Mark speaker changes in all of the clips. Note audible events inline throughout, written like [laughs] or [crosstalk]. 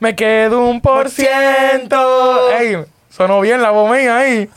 Speaker 1: Me quedo un por ciento. Ey, sonó bien la voz mía ahí.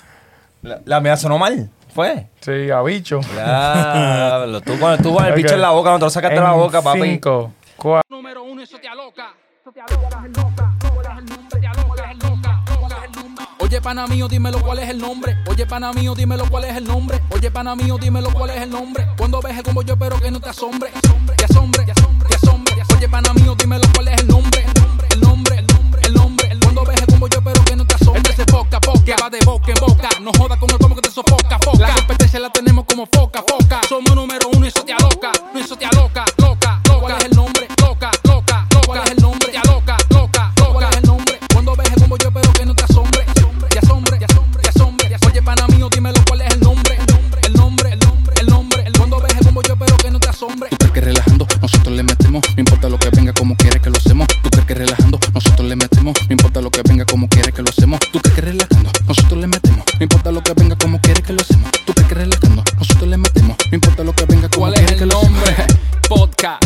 Speaker 2: La, la mía sonó mal. Fue.
Speaker 1: Sí, a bicho. [laughs]
Speaker 2: Claro, tú cuando tú con el bicho en la boca, nosotros sacaste la
Speaker 1: En
Speaker 2: boca, papi.
Speaker 1: Cinco, cuatro.
Speaker 3: número uno, eso te aloca. Eso te aloca, loca, ¿Cuál es el nombre? Te aloca, loca, loca. Oye, pana mío, dímelo cuál es el nombre. Oye, pana mío, dímelo cuál es el nombre. Oye, pana mío, dímelo cuál es el nombre. Cuando ves el combo, yo espero que no te asombre. Te asombre, te asombre, te asombre. Oye, pana mío, dímelo cuál es el nombre. El nombre, el nombre, el nombre. Cuando ves el combo, yo espero que no te asombre. El que se foca, foca, va de boca en boca. No joda con el combo que te sofoca, foca. La competencia la tenemos como foca, foca. Somos número uno, eso te aloca. No, eso te aloca, loca, loca. ¿Cuál es el nombre? Loca, loca, loca. ¿Cuál es el nombre? Te aloca, loca, loca. ¿Cuál es el nombre? Cuando ves el combo, yo espero que no te asombre. Te asombre, te asombre, te asombre. Oye, pana mío, dímelo cuál es el nombre. El nombre, el nombre, el nombre. Cuando ves el combo, yo espero que no te asombre.
Speaker 4: Tú crees que relajando, nosotros le metemos. No importa lo que venga, como quiera que lo hacemos. Tú crees que relajando, nosotros le metemos. No importa lo que venga, como quiera que lo hacemos. Tú crees que relajando, nosotros le metemos. No importa lo que venga, como quiera que lo hacemos. Tú crees que relajando, nosotros le metemos. No importa lo que venga, como
Speaker 3: ¿Cuál
Speaker 4: quiera
Speaker 3: es
Speaker 4: que
Speaker 3: el
Speaker 4: lo hacemos.
Speaker 3: nombre? [laughs] Podcast.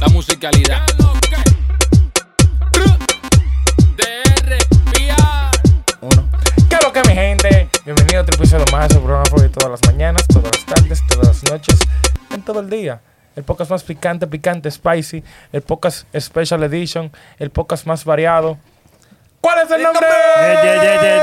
Speaker 3: La musicalidad. DR,
Speaker 1: Uno. ¿Qué lo que, mi gente? Bienvenido a otro episodio más de su programa favorito todas las mañanas, todas las tardes, todas las noches, en todo el día. El podcast más picante, picante, spicy. El podcast Special Edition. El podcast más variado. ¿Cuál es el nombre?
Speaker 5: Ye, ye, ye, ye,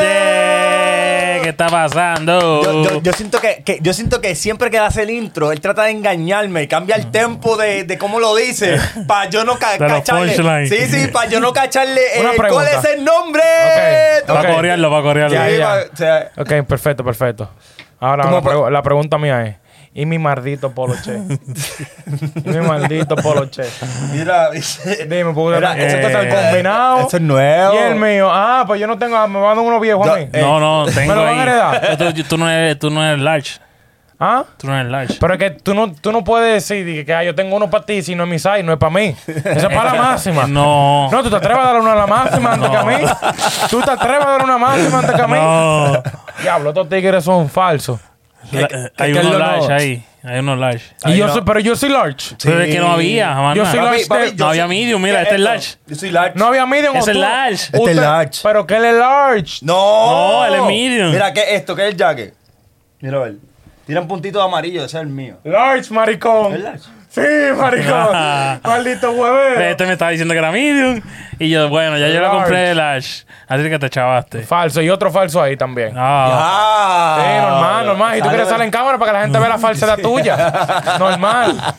Speaker 5: ye. ¿Qué está pasando?
Speaker 2: Yo, yo- yo siento que, que- yo siento que siempre que hace el intro, él trata de engañarme, cambia el tempo de, de cómo
Speaker 1: [laughs]
Speaker 2: lo dice, para yo no ca-
Speaker 5: De los
Speaker 2: cacharle.
Speaker 5: punchline.
Speaker 2: Sí, sí, para yo no cacharle
Speaker 1: Una
Speaker 2: el, cuál
Speaker 1: pregunta.
Speaker 2: es el nombre.
Speaker 1: Ok.
Speaker 5: Va a
Speaker 1: Ok.
Speaker 5: corearlo, va a corearlo.
Speaker 1: Ya,
Speaker 2: Sí,
Speaker 1: ya.
Speaker 2: pa- o sea,
Speaker 1: Ok, perfecto, perfecto. Ahora
Speaker 2: ¿Cómo
Speaker 1: la, pregu-
Speaker 2: pa-
Speaker 1: la pregunta mía es: ¿y mi maldito
Speaker 2: [laughs]
Speaker 1: poloche? ¿Y mi maldito poloche?
Speaker 2: mira, [laughs]
Speaker 1: Dime, porque
Speaker 2: Mira,
Speaker 1: eso está tan
Speaker 5: eh,
Speaker 1: combinado.
Speaker 2: eso es nuevo.
Speaker 1: Y el mío, ah, pues yo no tengo, me van a dar uno viejo
Speaker 2: No,
Speaker 1: a mí.
Speaker 2: eh.
Speaker 5: No, no, tengo
Speaker 1: ¿Me lo van
Speaker 5: ahí.
Speaker 1: a heredar?
Speaker 5: Tú, tú- tú no eres, tú no eres large.
Speaker 1: ¿Ah?
Speaker 5: Tú no eres large.
Speaker 1: Pero es que tú no, tú no puedes decir de que, ah, yo tengo uno para ti, si no es mi size, no es para mí. Eso es
Speaker 5: [laughs]
Speaker 1: para la máxima.
Speaker 5: No.
Speaker 1: No, tú te atreves a dar una a la máxima antes que a mí. Tú te atreves a dar una máxima antes que a mí.
Speaker 5: No.
Speaker 1: Diablo, estos tigres son falsos.
Speaker 5: La-
Speaker 2: qué
Speaker 5: hay
Speaker 2: es
Speaker 5: unos
Speaker 2: lo nuevo?
Speaker 5: large ahí. Hay unos large.
Speaker 1: Y
Speaker 2: Ay,
Speaker 1: yo
Speaker 2: no.
Speaker 1: soy, pero yo soy large.
Speaker 5: Pero es que no había, jamás.
Speaker 1: Yo
Speaker 5: nada.
Speaker 1: soy large.
Speaker 5: no había medium, mira,
Speaker 2: ¿qué
Speaker 5: este es
Speaker 2: esto?
Speaker 5: large.
Speaker 2: Yo soy large.
Speaker 1: No había medium.
Speaker 5: Ese
Speaker 1: o
Speaker 5: es
Speaker 1: tú-
Speaker 5: large.
Speaker 1: Usted-
Speaker 2: Este es large.
Speaker 1: Pero que él es large.
Speaker 2: No.
Speaker 5: No, él es medium.
Speaker 2: Mira, ¿qué es esto? ¿Qué es el jacket? Mira, a ver. Tiran puntitos amarillos, ese es el mío.
Speaker 1: Large, maricón.
Speaker 2: ¿Es large?
Speaker 1: Sí, maricón.
Speaker 5: Ah.
Speaker 1: Maldito huevero.
Speaker 5: Este me estaba diciendo que era medium. Y yo, bueno, ya yo lo
Speaker 1: Large.
Speaker 5: compré large. Así que te chavaste.
Speaker 1: Falso. Y otro falso ahí también.
Speaker 5: Ah.
Speaker 2: Ah.
Speaker 1: Sí, normal, normal. Y tú quieres salir en cámara para que la gente vea la falsedad tuya. Normal.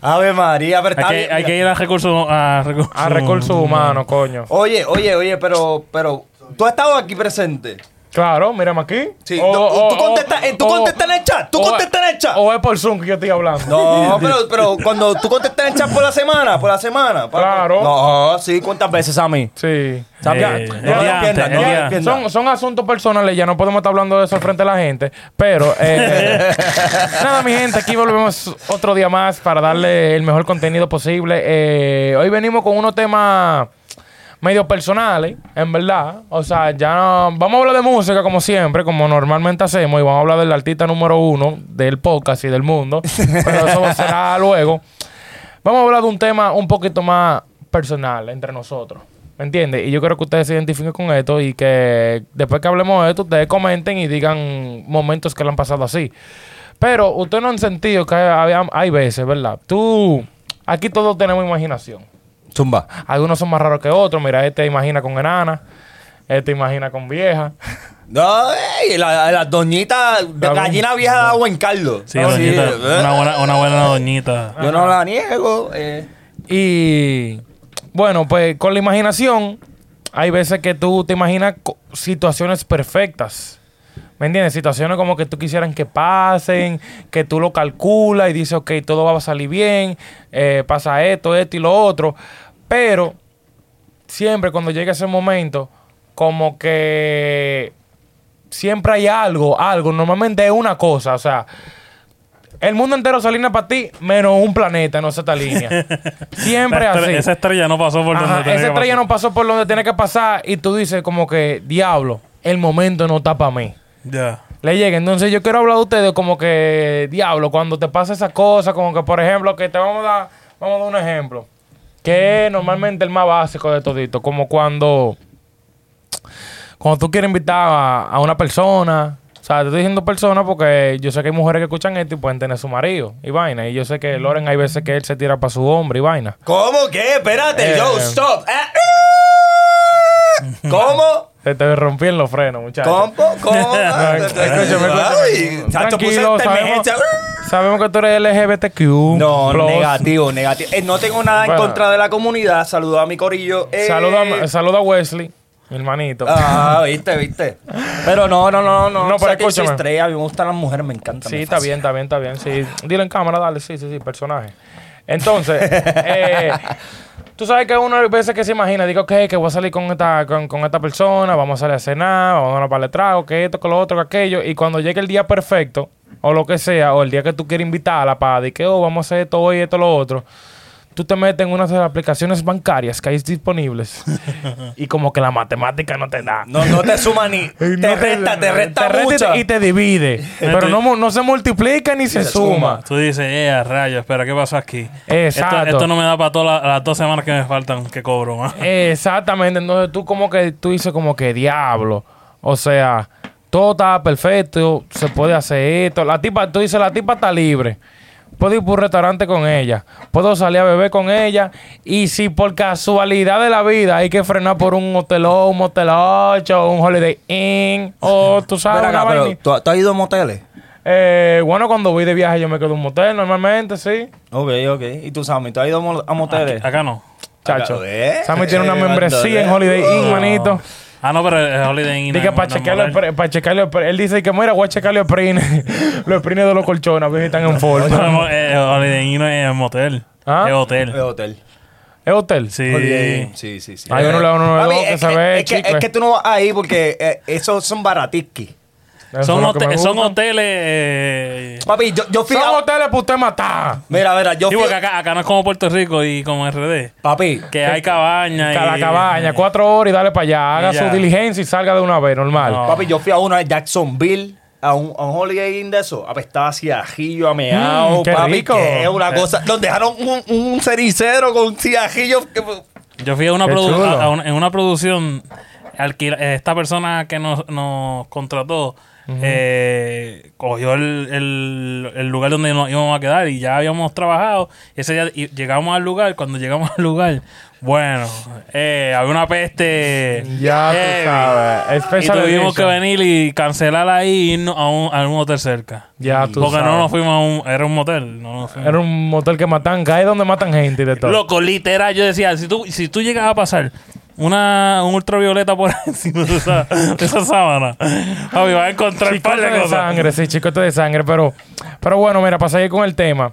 Speaker 2: Ave María, pero
Speaker 5: Hay
Speaker 2: está
Speaker 5: que,
Speaker 2: bien,
Speaker 5: hay
Speaker 2: mira.
Speaker 5: que ir a recursos, a recursos,
Speaker 1: A recursos humanos, coño.
Speaker 2: Oye, oye, oye, pero, pero, ¿tú has estado aquí presente?
Speaker 1: Claro, mírame aquí. Oh,
Speaker 2: Sí,
Speaker 5: Oh,
Speaker 2: no, tú contestas- eh, tú contestas en el chat, tú
Speaker 1: o-
Speaker 2: contestas en el chat.
Speaker 1: O oh, es por Zoom que yo estoy hablando.
Speaker 5: oh,
Speaker 2: No, pero, pero cuando tú contestas en el chat por la semana, por la semana. por-
Speaker 1: Claro.
Speaker 2: No, sí, ¿cuántas veces a mí?
Speaker 1: Sí.
Speaker 2: Ya, no lo
Speaker 5: Eh, el día
Speaker 2: entiendas,
Speaker 5: antes,
Speaker 2: no
Speaker 5: el
Speaker 2: lo
Speaker 5: día-
Speaker 2: entiendas.
Speaker 1: Son, son asuntos personales, ya no podemos estar hablando de eso frente a la gente. Pero, eh, nada, mi gente, aquí volvemos otro día más para darle el mejor contenido posible. Eh, hoy venimos con unos temas medio personales, en verdad. O sea, ya no- vamos a hablar de música como siempre, como normalmente hacemos, y vamos a hablar del artista número uno del podcast y del mundo. Pero eso será luego. Vamos a hablar de un tema un poquito más personal entre nosotros. ¿Me entiendes? Y yo creo que ustedes se identifiquen con esto y que después que hablemos de esto, ustedes comenten y digan momentos que le han pasado así. Pero ustedes no han sentido que había- hay veces, ¿verdad? Tú, aquí todos tenemos imaginación.
Speaker 2: Zumba.
Speaker 1: Algunos son más raros que otros. Mira, este imagina con enana, este imagina con vieja.
Speaker 2: No, ey, la- las doñitas, de
Speaker 1: Claro.
Speaker 2: gallina vieja da buen caldo. eh,
Speaker 5: Sí, doñita. Una buena, una buena
Speaker 1: [laughs]
Speaker 5: doñita.
Speaker 2: Yo no la niego. eh.
Speaker 1: Y bueno, pues con la imaginación, hay veces que tú te imaginas co- situaciones perfectas. ¿Me entiendes? Situaciones como que tú quisieran que pasen, que tú lo calculas y dices, ok, todo va a salir bien, eh, pasa esto, esto y lo otro. Pero siempre cuando llega ese momento, como que siempre hay algo, algo. Normalmente es una cosa, o sea, el mundo entero se alinea para ti, menos un planeta, no se te
Speaker 5: [laughs]
Speaker 1: alinea. Siempre
Speaker 5: La estre-
Speaker 1: así.
Speaker 5: Esa estrella no pasó por
Speaker 1: Ajá,
Speaker 5: donde tenía
Speaker 1: esa
Speaker 5: que
Speaker 1: estrella
Speaker 5: pasar.
Speaker 1: no pasó por donde tiene que pasar y tú dices como que, diablo, el momento no está para mí.
Speaker 5: Ya.
Speaker 1: Le llega. Entonces yo quiero hablar de ustedes como que, diablo, cuando te pasa esa cosa, como que, por ejemplo, que te vamos a dar, vamos a dar un ejemplo. que es normalmente el más básico de todito. Como cuando, cuando tú quieres invitar a, a una persona. O sea, te estoy diciendo persona porque yo sé que hay mujeres que escuchan esto y pueden tener su marido y vaina. Y yo sé que Loren hay veces que él se tira para su hombre y vaina.
Speaker 2: ¿Cómo que? Espérate,
Speaker 1: Eh.
Speaker 2: yo, stop.
Speaker 1: [laughs]
Speaker 2: Ah, ah. ¿Cómo?
Speaker 1: Se te rompí en los frenos, muchachos.
Speaker 2: ¿Cómo?
Speaker 1: [laughs]
Speaker 2: ¿Cómo?
Speaker 1: Ay, escúchame, escúchame.
Speaker 2: Ay, chacho, puse
Speaker 1: Tranquilo,
Speaker 2: esta
Speaker 1: sabemos,
Speaker 2: emergencia.
Speaker 1: sabemos que tú eres LGBTQ.
Speaker 2: No,
Speaker 1: plus.
Speaker 2: negativo, negativo. Eh, no tengo nada
Speaker 1: Bueno.
Speaker 2: en contra de la comunidad. Saludo a mi corillo. Eh,
Speaker 1: Saluda, saluda a Wesley, mi hermanito.
Speaker 2: Ah, viste, viste. Pero no, no, no, no.
Speaker 1: No, pero
Speaker 2: Saque esa
Speaker 1: escúchame.
Speaker 2: estrella, a mí me gustan las mujeres, me encantan.
Speaker 1: Sí,
Speaker 2: me
Speaker 1: está bien,
Speaker 2: fascinan.
Speaker 1: está bien, está bien. Sí, dilo en cámara, dale, sí, sí, sí, personaje.
Speaker 2: [laughs]
Speaker 1: Entonces, eh, tú sabes que uno a veces que se imagina, digo, ok, que voy a salir con esta, con, con esta persona, vamos a salir a cenar, vamos a una para el trago, que esto, que lo otro, que aquello, y cuando llegue el día perfecto, o lo que sea, o el día que tú quieres invitarla para, de que, oh, vamos a hacer esto hoy, esto, lo otro. Tú te metes en unas de las aplicaciones bancarias que hay disponibles
Speaker 2: [laughs]
Speaker 1: y como que la matemática no te da.
Speaker 2: No, no te suma
Speaker 1: [laughs]
Speaker 2: ni.
Speaker 1: Y
Speaker 2: te
Speaker 1: no
Speaker 2: resta, te resta
Speaker 1: y te-
Speaker 2: mucho.
Speaker 1: Y te divide.
Speaker 2: Este-
Speaker 1: pero no, mu- no se multiplica ni se, suma.
Speaker 5: Tú dices, eh, a rayos, espera, ¿qué pasó aquí?
Speaker 1: Exacto.
Speaker 5: Esto, esto no me da para todas las- las dos semanas que me faltan que
Speaker 1: [laughs]
Speaker 5: cobro, más.
Speaker 1: Exactamente. Entonces tú como que tú dices como que diablo. O sea, todo está perfecto. Se puede hacer esto. La tipa, tú dices, la tipa está libre. Puedo ir por un restaurante con ella. Puedo salir a beber con ella. Y si por casualidad de la vida hay que frenar por un hotel O, un motel 8, un Holiday Inn, o tú sabes,
Speaker 2: Ven acá,
Speaker 1: una
Speaker 2: pero,
Speaker 1: vaina.
Speaker 2: ¿tú, tú has ido a moteles?
Speaker 1: Eh, bueno, cuando voy de viaje yo me quedo en un motel normalmente, sí.
Speaker 2: Ok, ok. ¿Y tú, Sammy, tú has ido a mo- a moteles?
Speaker 5: Acá no.
Speaker 1: Chacho.
Speaker 2: ¿eh?
Speaker 1: Sammy tiene una
Speaker 2: Eh,
Speaker 1: membresía en
Speaker 2: cuando-
Speaker 1: Holiday Inn, manito.
Speaker 5: Ah, no, pero el Holiday Inn.
Speaker 1: Dice que
Speaker 5: no-
Speaker 1: para
Speaker 5: no
Speaker 1: chequear, los
Speaker 5: moral.
Speaker 1: pre- para chequear los pre- Él dice que mira, voy a checar los prines. [laughs] los prines de los colchones, a ver si están en forma.
Speaker 5: No, eh, el Holiday Inn no es motel.
Speaker 1: ¿Ah?
Speaker 5: Es
Speaker 2: Eh,
Speaker 5: hotel.
Speaker 2: hotel.
Speaker 1: ¿Es hotel?
Speaker 5: Sí.
Speaker 2: Holiday Inn. Sí, sí, sí.
Speaker 1: Hay uno, le da uno, le da
Speaker 2: Mami,
Speaker 1: dos, que
Speaker 2: es
Speaker 1: se ve eh.
Speaker 2: es que,
Speaker 1: chicle.
Speaker 2: es que tú no vas ahí porque eh, esos son baratisqui.
Speaker 1: Eso es
Speaker 5: Son,
Speaker 1: lo que
Speaker 5: hote-
Speaker 1: me
Speaker 5: son
Speaker 1: gusta.
Speaker 5: hoteles. eh,
Speaker 2: Papi, yo, yo fui
Speaker 1: Son
Speaker 2: a...
Speaker 1: hoteles para usted matar.
Speaker 2: Mira, mira, yo
Speaker 5: sí,
Speaker 2: fui...
Speaker 5: porque acá, acá no es como Puerto Rico y como RD.
Speaker 2: Papi,
Speaker 5: Que hay cabañas.
Speaker 1: Cada
Speaker 5: y-
Speaker 1: cabaña, cuatro horas y dale para allá. Haga
Speaker 5: Y
Speaker 1: su
Speaker 5: ya.
Speaker 1: diligencia y salga de una vez, normal.
Speaker 5: No.
Speaker 2: papi, yo fui a uno de Jacksonville. A un, a un Holiday Inn de eso, apestaba así a ajillo, a meao,
Speaker 1: Mm, qué
Speaker 2: papi,
Speaker 1: rico. Eh.
Speaker 2: que es una cosa. Nos dejaron un, un cericero con ciajillo. que-
Speaker 5: Yo fui a una,
Speaker 1: Qué
Speaker 5: produ-
Speaker 1: chulo.
Speaker 5: a- a una- en una producción. alquila- eh, esta persona que nos, nos contrató eh, cogió el, el- el lugar donde nos íbamos a quedar y ya habíamos trabajado. Ese día y- llegamos al lugar. Cuando llegamos al lugar, bueno, eh, había una peste.
Speaker 1: Ya tú
Speaker 5: heavy.
Speaker 1: sabes.
Speaker 5: Y
Speaker 1: Special
Speaker 5: tuvimos que
Speaker 1: edition.
Speaker 5: venir y cancelar ahí y irnos a un, a un hotel cerca.
Speaker 1: Ya tú
Speaker 5: Porque
Speaker 1: sabes.
Speaker 5: no nos fuimos a un. Era un motel. No nos fuimos.
Speaker 1: Era un motel que matan, cae donde matan gente y de todo.
Speaker 5: Loco, literal, yo decía, si tú, si tú llegas a pasar una, un ultravioleta por [laughs] encima de esa, de esa sábana, papi, vas a encontrar un par
Speaker 1: Chicote
Speaker 5: de
Speaker 1: de
Speaker 5: cosas.
Speaker 1: sangre, sí, chicote de sangre, pero, pero bueno, mira, para seguir con el tema,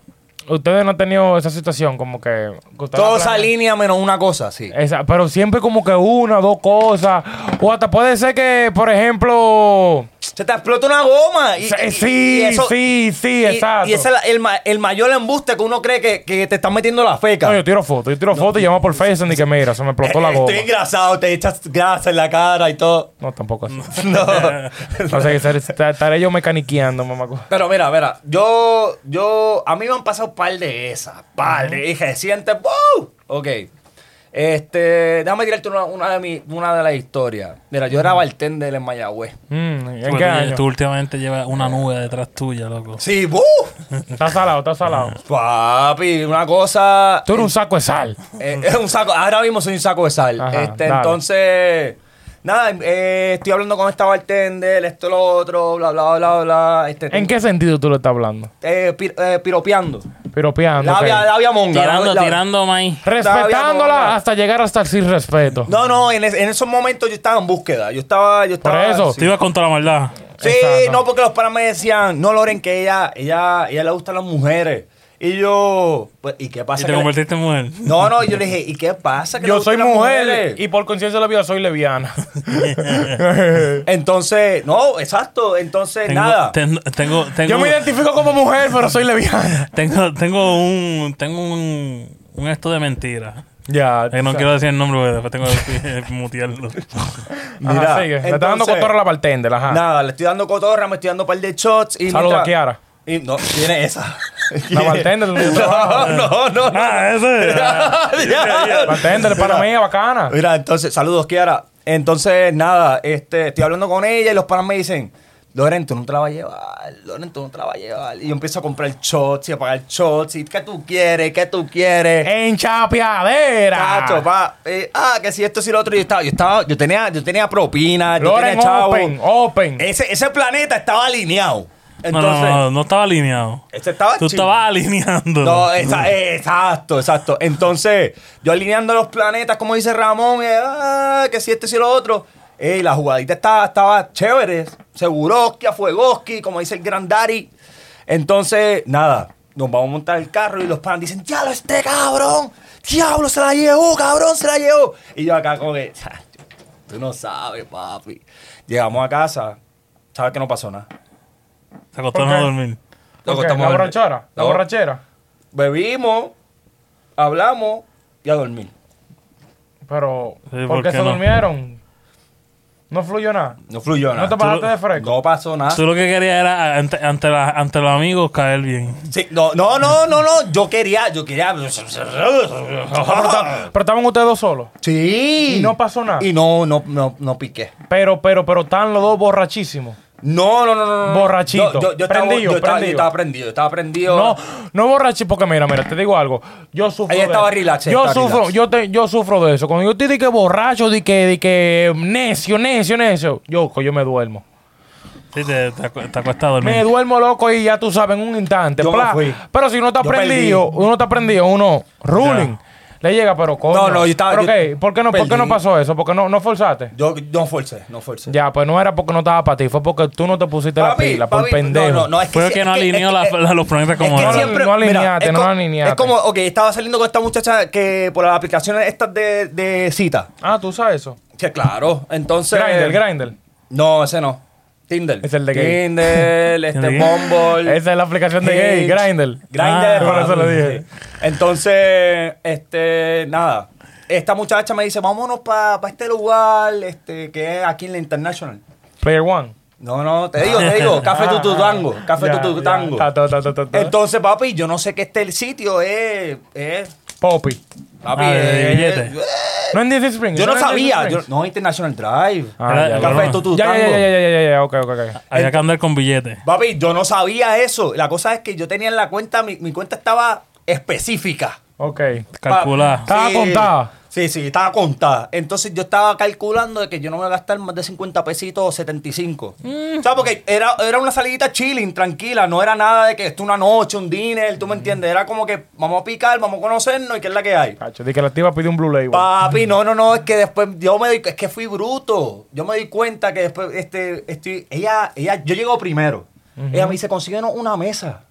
Speaker 1: ustedes no han tenido esa situación como que... que ustedes
Speaker 2: Toda
Speaker 1: hablan-
Speaker 2: esa línea menos una cosa, sí.
Speaker 1: Esa- pero siempre como que una, dos cosas, o hasta puede ser que, por ejemplo...
Speaker 2: Se te explota una goma. Y,
Speaker 1: Sí,
Speaker 2: y-
Speaker 1: sí,
Speaker 2: y
Speaker 1: sí, sí,
Speaker 2: y-
Speaker 1: exacto.
Speaker 2: Y ese es la- el, ma- el mayor embuste que uno cree que, que te están metiendo la feca.
Speaker 1: No, yo tiro foto, yo tiro foto y llamo por Facebook y que mira, se me explotó la
Speaker 2: Eh,
Speaker 1: goma.
Speaker 2: [laughs] Estoy engrasado, te echas grasa en la cara y todo. [laughs]
Speaker 1: No, tampoco así. [laughs]
Speaker 2: No.
Speaker 1: O sea, que ser- estar- estaré yo mecaniqueando, mamá.
Speaker 2: Pero mira, mira, yo, yo, a mí me han pasado un par de esas, par de, dije, sientes, ¡wow! Ok, este, déjame tirarte una, una de, mi, una de las historias. Mira, yo era bartender en Mayagüez.
Speaker 1: Mm, ¿En qué
Speaker 5: Porque
Speaker 1: año?
Speaker 5: Pues Tú últimamente llevas una nube detrás tuya, loco.
Speaker 2: Sí, ¡wow!
Speaker 1: Está salado, está salado.
Speaker 2: Papi, una cosa,
Speaker 1: Tú eres un saco de sal.
Speaker 2: Eh, [laughs] es un saco, ahora mismo soy un saco de sal.
Speaker 1: Ajá,
Speaker 2: este,
Speaker 1: dale.
Speaker 2: entonces, nada, eh, estoy hablando con esta bartender, esto, lo otro, bla, bla, bla, bla. Este,
Speaker 1: ¿En qué sentido tú lo estás hablando?
Speaker 2: eh, pir- eh, piropeando.
Speaker 1: Piropeando. ok.
Speaker 2: Labia, labia monga.
Speaker 5: Tirando,
Speaker 2: labia-
Speaker 5: tirando maíz.
Speaker 2: Todavía
Speaker 1: Respetándola
Speaker 2: no.
Speaker 1: hasta llegar hasta el sin respeto.
Speaker 2: No, no, en, es- en esos momentos yo estaba en búsqueda. Yo estaba. Yo estaba
Speaker 1: eso,
Speaker 5: Te
Speaker 2: Sí,
Speaker 5: ibas contra la maldad.
Speaker 2: Sí,
Speaker 1: Exacto.
Speaker 2: no, porque los panas me decían, no, Loren, que ella, ella, ella le gustan las mujeres. Y yo, pues, ¿y qué
Speaker 5: Y
Speaker 2: pasa?
Speaker 5: te
Speaker 2: que le-
Speaker 5: convertiste en mujer.
Speaker 2: No, no, yo le dije, ¿y qué pasa? Que le
Speaker 1: Yo soy
Speaker 2: gustan las
Speaker 1: mujer
Speaker 2: mujeres?
Speaker 1: y por conciencia de la vida soy
Speaker 2: [laughs]
Speaker 1: leviana.
Speaker 2: Entonces, no, exacto. Entonces,
Speaker 5: Tengo,
Speaker 2: nada.
Speaker 5: ten- tengo, tengo,
Speaker 1: Yo me identifico como mujer, pero soy leviana.
Speaker 5: tengo, tengo un, tengo un, un esto de mentira.
Speaker 1: Ya.
Speaker 5: Eh, no quiero decir el nombre porque después tengo que [laughs]
Speaker 2: [laughs]
Speaker 5: mutearlo.
Speaker 1: Mira,
Speaker 2: Mira,
Speaker 1: sigue. Le está dando
Speaker 2: entonces-
Speaker 1: cotorra a la bartender, ajá.
Speaker 2: Nada, le estoy dando cotorra, me estoy dando un par de shots. Y
Speaker 1: Saludos a
Speaker 2: mientras-
Speaker 1: Kiara.
Speaker 2: Y no, tiene esa.
Speaker 1: La bartender, un
Speaker 2: [laughs] No,
Speaker 1: trabajo.
Speaker 2: no, no. no.
Speaker 5: Ah,
Speaker 2: [laughs]
Speaker 5: ese. ah.
Speaker 2: Ya.
Speaker 1: Bartender, para mí, bacana.
Speaker 2: Ah. Mira, entonces, saludos, Kiara. Entonces, nada, este, estoy hablando con ella y los panas me dicen, Loren, tú no te la vas a llevar, Loren, tú no te la vas a llevar. Y yo empiezo a comprar shots y a pagar shots y ¿qué tú quieres? ¿Qué tú quieres?
Speaker 1: En Chapeadera.
Speaker 2: Cacho, pa, eh, ah, que si esto, si lo otro, yo estaba, yo estaba, yo tenía, yo tenía propina, yo
Speaker 1: Loren
Speaker 2: tenía chavo. Eh,
Speaker 1: Open, Open.
Speaker 2: Ese, ese planeta estaba alineado.
Speaker 5: No,
Speaker 2: Entonces,
Speaker 5: no, no, no estaba alineado.
Speaker 2: Este estaba
Speaker 5: Tú
Speaker 2: chill.
Speaker 5: estabas alineando.
Speaker 1: [laughs]
Speaker 2: No, esa- eh, exacto, exacto. Entonces, yo alineando los planetas, como dice Ramón, y, ah, que si este, si lo otro. Ey, la jugadita estaba, estaba chévere. Seguroski, a Fuegoski, como dice el Grandari. Entonces, nada, nos vamos a montar el carro y los panas dicen, diablo, este cabrón, diablo, se la llevó, cabrón, se la llevó. Y yo acá como que, tú no sabes, papi. Llegamos a casa, sabes que no pasó nada.
Speaker 5: [laughs] Se acostó
Speaker 1: ¿Por
Speaker 5: a
Speaker 1: qué?
Speaker 5: no dormir.
Speaker 1: Ok,
Speaker 2: Loco, estamos
Speaker 1: la
Speaker 2: en-
Speaker 1: borrachera. La
Speaker 2: No.
Speaker 1: borrachera.
Speaker 2: Bebimos, hablamos y a dormir.
Speaker 1: Pero,
Speaker 5: Sí,
Speaker 1: porque
Speaker 5: ¿por qué
Speaker 1: se
Speaker 5: no?
Speaker 1: durmieron? No fluyó nada.
Speaker 2: No fluyó
Speaker 1: No
Speaker 2: nada.
Speaker 1: te pasaste
Speaker 5: Tú-
Speaker 1: de fresco.
Speaker 2: No pasó nada.
Speaker 5: Tú lo que querías era ante, ante, la- ante los amigos caer bien.
Speaker 2: Sí, no, no, no, no, no. Yo quería, yo quería.
Speaker 1: Pero estaban ustedes dos solos.
Speaker 2: Sí.
Speaker 1: Y no pasó nada.
Speaker 2: Y no, no, no, no piqué.
Speaker 1: Pero, pero, pero estaban los dos borrachísimos.
Speaker 2: No, no, no, no. no.
Speaker 1: Borrachito.
Speaker 2: Yo, yo, yo estaba,
Speaker 1: Prendido,
Speaker 2: yo estaba,
Speaker 1: prendido.
Speaker 2: yo estaba prendido, yo estaba prendido.
Speaker 1: No, no borrachí, porque mira, mira, te digo algo. Yo sufro.
Speaker 2: Ella
Speaker 1: de-
Speaker 2: estaba relax, ella
Speaker 1: Yo
Speaker 2: estaba
Speaker 1: sufro,
Speaker 2: relax.
Speaker 1: yo te, yo sufro de eso. Cuando yo te di que borracho, di que, di que necio, necio, necio. Yo, co, yo me duermo.
Speaker 5: Sí, te, te, acu- te acuestas a dormir.
Speaker 1: Me duermo loco y ya tú sabes, en un instante.
Speaker 2: Yo me
Speaker 1: pla.
Speaker 2: fui.
Speaker 1: Pero si uno está
Speaker 2: Yo perdí.
Speaker 1: prendido, uno está prendido, uno ruling. Le llega, pero coño.
Speaker 2: No, no, yo estaba-
Speaker 1: ¿Pero
Speaker 2: yo
Speaker 1: qué? ¿Por qué no, ¿Por qué no
Speaker 2: perdí.
Speaker 1: pasó eso? ¿Por qué no, no forzaste?
Speaker 2: Yo no forcé, no forcé.
Speaker 1: Ya, pues no era porque no estaba para ti, fue porque tú no te pusiste
Speaker 2: Papi,
Speaker 1: la pila, por
Speaker 2: papi,
Speaker 1: pendejo.
Speaker 2: No, no, no, es que
Speaker 5: Fue
Speaker 2: sí,
Speaker 5: que
Speaker 2: es
Speaker 5: no alineó
Speaker 2: es
Speaker 5: la-
Speaker 2: que-
Speaker 5: la- los planetas como
Speaker 2: es que
Speaker 5: era.
Speaker 2: siempre,
Speaker 1: No
Speaker 2: mira,
Speaker 1: alineaste,
Speaker 2: es
Speaker 1: no
Speaker 2: co-
Speaker 1: alineaste.
Speaker 2: Es como, ok, estaba saliendo con esta muchacha que por las aplicaciones estas de, de cita.
Speaker 1: Ah, tú sabes eso.
Speaker 2: Que claro, entonces.
Speaker 1: Grindel, Grindel.
Speaker 2: No, ese no. Tinder.
Speaker 1: Es el de gay.
Speaker 2: Tinder, este
Speaker 5: ¿El de gay?
Speaker 2: Bumble.
Speaker 1: Esa es la aplicación de
Speaker 2: Hinge,
Speaker 1: gay, Grindel.
Speaker 2: Grindr.
Speaker 5: Ah,
Speaker 2: papi,
Speaker 1: por eso lo dije.
Speaker 2: sí. Entonces, este, nada. Esta muchacha me dice, vámonos para este lugar, este, que es aquí en la International.
Speaker 1: Player One.
Speaker 2: No, no, te digo, te
Speaker 1: [laughs]
Speaker 2: digo, Café Tututango, Café
Speaker 1: Ya,
Speaker 2: Tututango.
Speaker 1: ya, ta, ta, ta, ta, ta.
Speaker 2: Entonces, papi, yo no sé qué este el sitio es, es,
Speaker 1: Poppy.
Speaker 2: papi,
Speaker 5: Ah, de
Speaker 2: es-
Speaker 5: billete.
Speaker 2: es-
Speaker 1: No en Disney Springs.
Speaker 2: yo no
Speaker 1: era en Disney
Speaker 2: sabía, yo-
Speaker 1: Springs?
Speaker 2: no, International Drive,
Speaker 1: Ah,
Speaker 5: Era-
Speaker 1: ya, ya,
Speaker 5: el
Speaker 2: Café
Speaker 5: cabrón.
Speaker 1: ya,
Speaker 2: Tututango.
Speaker 1: ya, ya, ya, ya, ya, ya, ok, ok, ok.
Speaker 5: Había que andar con billetes.
Speaker 2: Papi, yo no sabía eso. La cosa es que yo tenía en la cuenta, mi, mi cuenta estaba específica.
Speaker 1: Ok.
Speaker 5: Calculada.
Speaker 2: Ah,
Speaker 1: Estaba contada.
Speaker 2: Sí, sí, estaba contada. Entonces yo estaba calculando de que yo no me iba a gastar más de 50 pesitos o 75.
Speaker 1: Mm.
Speaker 2: O sea, porque era, era una salidita chilling, tranquila. No era nada de que esto una noche, un dinner, tú me entiendes. Era como que vamos a picar, vamos a conocernos y qué es la que hay.
Speaker 1: Cacho, di que la tipa pidió un Blue Label.
Speaker 2: Papi, no, no, no, es que después yo me doy, es que fui bruto. Yo me di cuenta que después, este, estoy, ella, ella, yo llego primero. Ella me dice, consíguenos una mesa.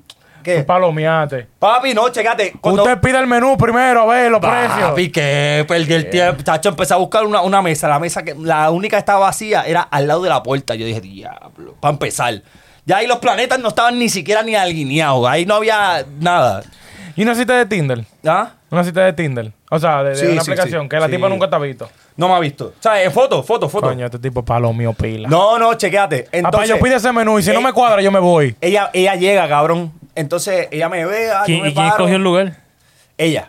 Speaker 2: ¿Qué?
Speaker 1: Palomiate.
Speaker 2: Papi, no, checate. Cuando-
Speaker 1: Usted pide el menú primero, ve los
Speaker 2: Papi,
Speaker 1: precios.
Speaker 2: que perdí el tiempo. Chacho, empecé a buscar una, una mesa. La mesa que la única que estaba vacía era al lado de la puerta. Yo dije, diablo, para empezar. Ya ahí los planetas no estaban ni siquiera ni alineados. Ahí no había nada.
Speaker 1: ¿Y una cita de Tinder?
Speaker 2: ¿Ah?
Speaker 1: Una cita de Tinder. O sea, de, de
Speaker 2: Sí,
Speaker 1: una
Speaker 2: sí,
Speaker 1: aplicación
Speaker 2: sí,
Speaker 1: que la
Speaker 2: sí.
Speaker 1: tipa nunca te ha visto.
Speaker 2: No me ha visto. O sea, en foto, foto, foto.
Speaker 1: Coño, este tipo palomio pila.
Speaker 2: No, no, chequéate.
Speaker 1: Papá,
Speaker 2: Entonces,
Speaker 1: yo pide ese menú y si no
Speaker 2: Eh,
Speaker 1: me cuadra, yo me voy.
Speaker 2: Ella, ella llega, cabrón. Entonces, ella me ve. ah, yo
Speaker 5: ¿Quién,
Speaker 2: me
Speaker 5: ¿Y quién
Speaker 2: paro.
Speaker 5: cogió el lugar?
Speaker 2: Ella.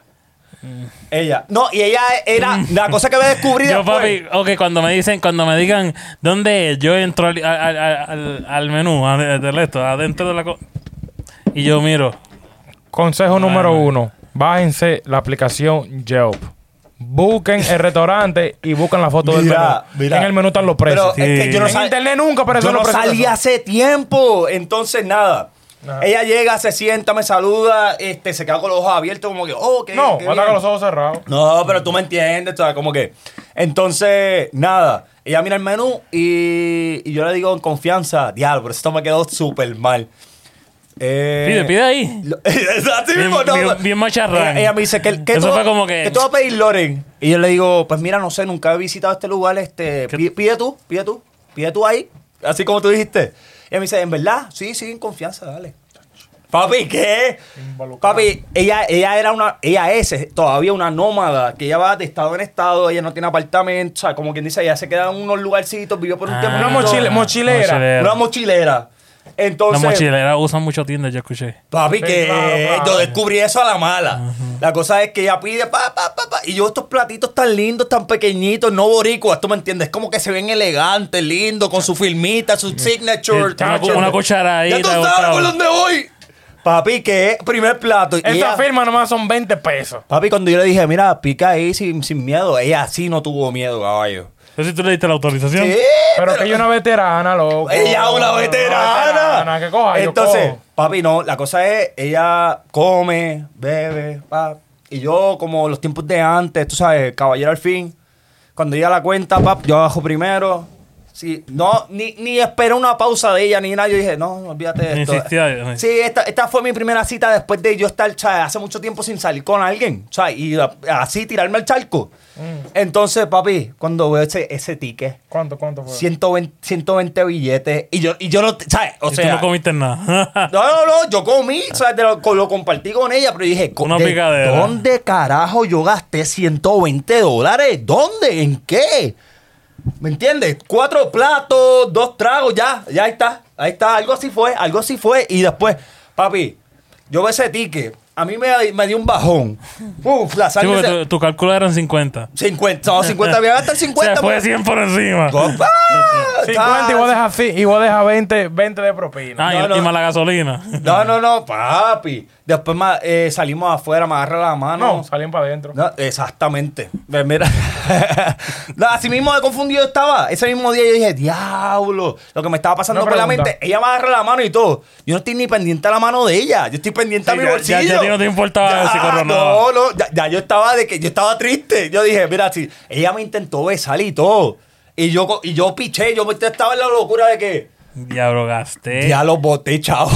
Speaker 1: Mm.
Speaker 2: Ella. No, y ella era la cosa que me descubrí
Speaker 5: Yo,
Speaker 2: después.
Speaker 5: papi, ok, cuando me dicen, cuando me digan dónde es, yo entro al, al, al- al- al menú, al- del esto, adentro de la. co- Y yo miro.
Speaker 1: Consejo número uno: bájense la aplicación Yelp. Busquen el restaurante y busquen la foto del menú.
Speaker 2: Mira, mira.
Speaker 1: En el menú están los precios.
Speaker 2: Pero es
Speaker 5: Sí.
Speaker 2: que yo no
Speaker 1: en
Speaker 2: sal-
Speaker 1: internet nunca aparecen
Speaker 2: Yo
Speaker 1: los
Speaker 2: no
Speaker 1: precios.
Speaker 2: salí hace tiempo. Entonces, nada. Ella llega, se sienta, me saluda, este, se queda con los ojos abiertos, como que, oh, qué,
Speaker 1: No,
Speaker 2: qué
Speaker 1: va a estar
Speaker 2: bien.
Speaker 1: con los ojos cerrados.
Speaker 2: No, pero tú me entiendes, ¿sabes? Como que. Entonces, nada. Ella mira el menú y, y yo le digo en confianza, diablo, pero esto me quedó súper mal. Eh,
Speaker 5: Pide, pide ahí.
Speaker 2: lo- [laughs] Así
Speaker 5: Bien-
Speaker 2: mismo, no. pues.
Speaker 5: bien- bien macharrán.
Speaker 2: Ella, ella me dice que, que
Speaker 5: Eso
Speaker 2: tú,
Speaker 5: fue como que-
Speaker 2: tú vas a pedir Loren. Y yo le digo, pues mira, no sé, nunca he visitado este lugar. Este,
Speaker 5: ¿Qué-
Speaker 2: pi- pide, tú, pide tú, pide tú ahí. Así como tú dijiste. Y ella me dice, en verdad, sí, sí, en confianza, dale. Papi, ¿qué? Papi, ella, ella era una, ella es eh, todavía una nómada, que ella va de estado en estado, ella no tiene apartamento, o sea, como quien dice, ella se queda en unos lugarcitos, vivió por un
Speaker 5: Ah.
Speaker 2: tiempo.
Speaker 1: Una
Speaker 2: en otro.
Speaker 1: mochile- mochilera.
Speaker 5: Mochilera.
Speaker 2: Una mochilera. Entonces,
Speaker 5: Los mochileras usan mucho Tinder, yo escuché.
Speaker 2: Papi,
Speaker 1: Sí,
Speaker 2: que
Speaker 1: claro, claro.
Speaker 2: yo descubrí eso a la mala. La cosa es que ella pide, pa, pa, pa, pa, y yo estos platitos tan lindos, tan pequeñitos, no boricuas, tú me entiendes, como que se ven elegantes, lindos, con su filmita, su signature.
Speaker 5: Una, cu- una cuchara ahí.
Speaker 2: ya tú
Speaker 5: te
Speaker 2: sabes
Speaker 5: buscaba.
Speaker 2: por dónde voy. Papi, que es primer plato. y
Speaker 1: Esta
Speaker 2: ella-
Speaker 1: firma nomás son 20 pesos.
Speaker 2: papi, cuando yo le dije, mira, pica ahí sin, sin miedo, ella así no tuvo miedo, caballo.
Speaker 5: Entonces tú le diste la autorización.
Speaker 2: Sí,
Speaker 1: Pero que ella es una veterana, loco.
Speaker 2: Ella es una veterana.
Speaker 1: veterana, que coja, yo
Speaker 2: Entonces,
Speaker 1: cojo.
Speaker 2: papi, no, la cosa es, ella come, bebe, pa. Y yo, como los tiempos de antes, tú sabes, caballero al fin, cuando llega la cuenta, pap, yo bajo primero. Sí, no, ni, ni esperé una pausa de ella ni nada. Yo dije, no, no, olvídate de
Speaker 5: Ni
Speaker 2: esto.
Speaker 5: insistía.
Speaker 2: Sí, esta, esta fue mi primera cita después de yo estar, ¿sabes? hace mucho tiempo sin salir con alguien, ¿sabes? Y a- así tirarme al charco.
Speaker 1: Mm.
Speaker 2: Entonces, papi, cuando veo ese, ese ticket,
Speaker 1: ¿Cuánto, cuánto fue?
Speaker 2: 120, 120 billetes. Y yo, y yo no, ¿sabes? O
Speaker 5: y tú
Speaker 2: sea,
Speaker 5: no comiste [laughs] nada.
Speaker 2: no, no, no, yo comí, ¿sabes? De lo, co- lo compartí con ella, pero dije, co-
Speaker 5: Una
Speaker 2: ¿de
Speaker 5: picadera.
Speaker 2: ¿dónde carajo yo gasté 120 dólares? ¿Dónde? ¿En qué? ¿Me entiendes? Cuatro platos, dos tragos, ya, ya está. Ahí está, algo así fue, algo así fue. Y después, papi, yo veo ese ticket, a mí me, me dio un bajón. Uf, la
Speaker 5: Sí,
Speaker 2: sangre
Speaker 5: porque
Speaker 2: se-
Speaker 5: tu, tu cálculo eran 50.
Speaker 2: 50, no, 50, voy a
Speaker 5: [laughs]
Speaker 2: gastar pues.
Speaker 5: O
Speaker 2: 50.
Speaker 5: sea, fue
Speaker 2: pero-
Speaker 5: 100 por encima.
Speaker 2: Compa,
Speaker 1: 50 y vos dejas, fi- y vos dejas 20, 20 de propina.
Speaker 5: Ah, y,
Speaker 2: No, no.
Speaker 5: y más la gasolina.
Speaker 2: No, no, no, papi. Después ma- eh, salimos afuera, me agarra la mano.
Speaker 1: Ah, no, salían para adentro.
Speaker 2: No, exactamente. Ve, Mira. [laughs] No, así mismo de confundido estaba. Ese mismo día yo dije, diablo, lo que me estaba pasando
Speaker 1: Una
Speaker 2: por la
Speaker 1: pregunta.
Speaker 2: mente. Ella me agarra la mano y todo. Yo no estoy ni pendiente a la mano de ella. Yo estoy pendiente a
Speaker 5: Sí,
Speaker 2: mi
Speaker 5: ya-
Speaker 2: bolsillo.
Speaker 5: ya- ya a ti no te importaba si coronaba.
Speaker 2: No, no, ya, ya yo estaba de que yo estaba triste. Yo dije, mira, si ella me intentó besar y todo. Y yo, co- y yo piché, yo estaba en la locura de que.
Speaker 5: Diablo, gasté.
Speaker 2: Ya lo boté,
Speaker 5: [laughs]
Speaker 2: chao.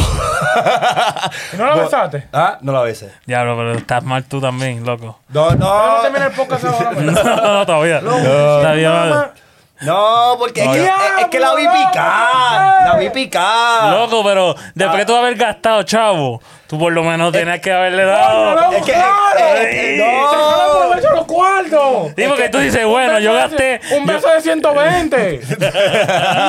Speaker 1: ¿Y no la besaste?
Speaker 2: Ah, no la besé.
Speaker 5: Diablo, pero estás mal tú también, loco.
Speaker 2: No,
Speaker 1: Pero no
Speaker 2: no.
Speaker 1: termina el podcast
Speaker 2: [laughs]
Speaker 1: ahora.
Speaker 5: No,
Speaker 1: ¿verdad?
Speaker 5: [laughs] no, todavía. Todavía no.
Speaker 1: Mamá.
Speaker 2: No, porque es, que,
Speaker 1: Diablo,
Speaker 2: es- es que la vi picar. La vi picar.
Speaker 5: Loco, pero después de tú haber gastado, chavo, tú por lo menos tenías que haberle dado.
Speaker 1: loco.
Speaker 2: Es que.
Speaker 1: Claro.
Speaker 2: eh, eh,
Speaker 1: ¡No
Speaker 2: no.
Speaker 1: aprovecho los cuartos!
Speaker 5: Sí, porque tú dices, bueno, yo gasté.
Speaker 1: Un beso de
Speaker 2: [laughs]
Speaker 1: 120.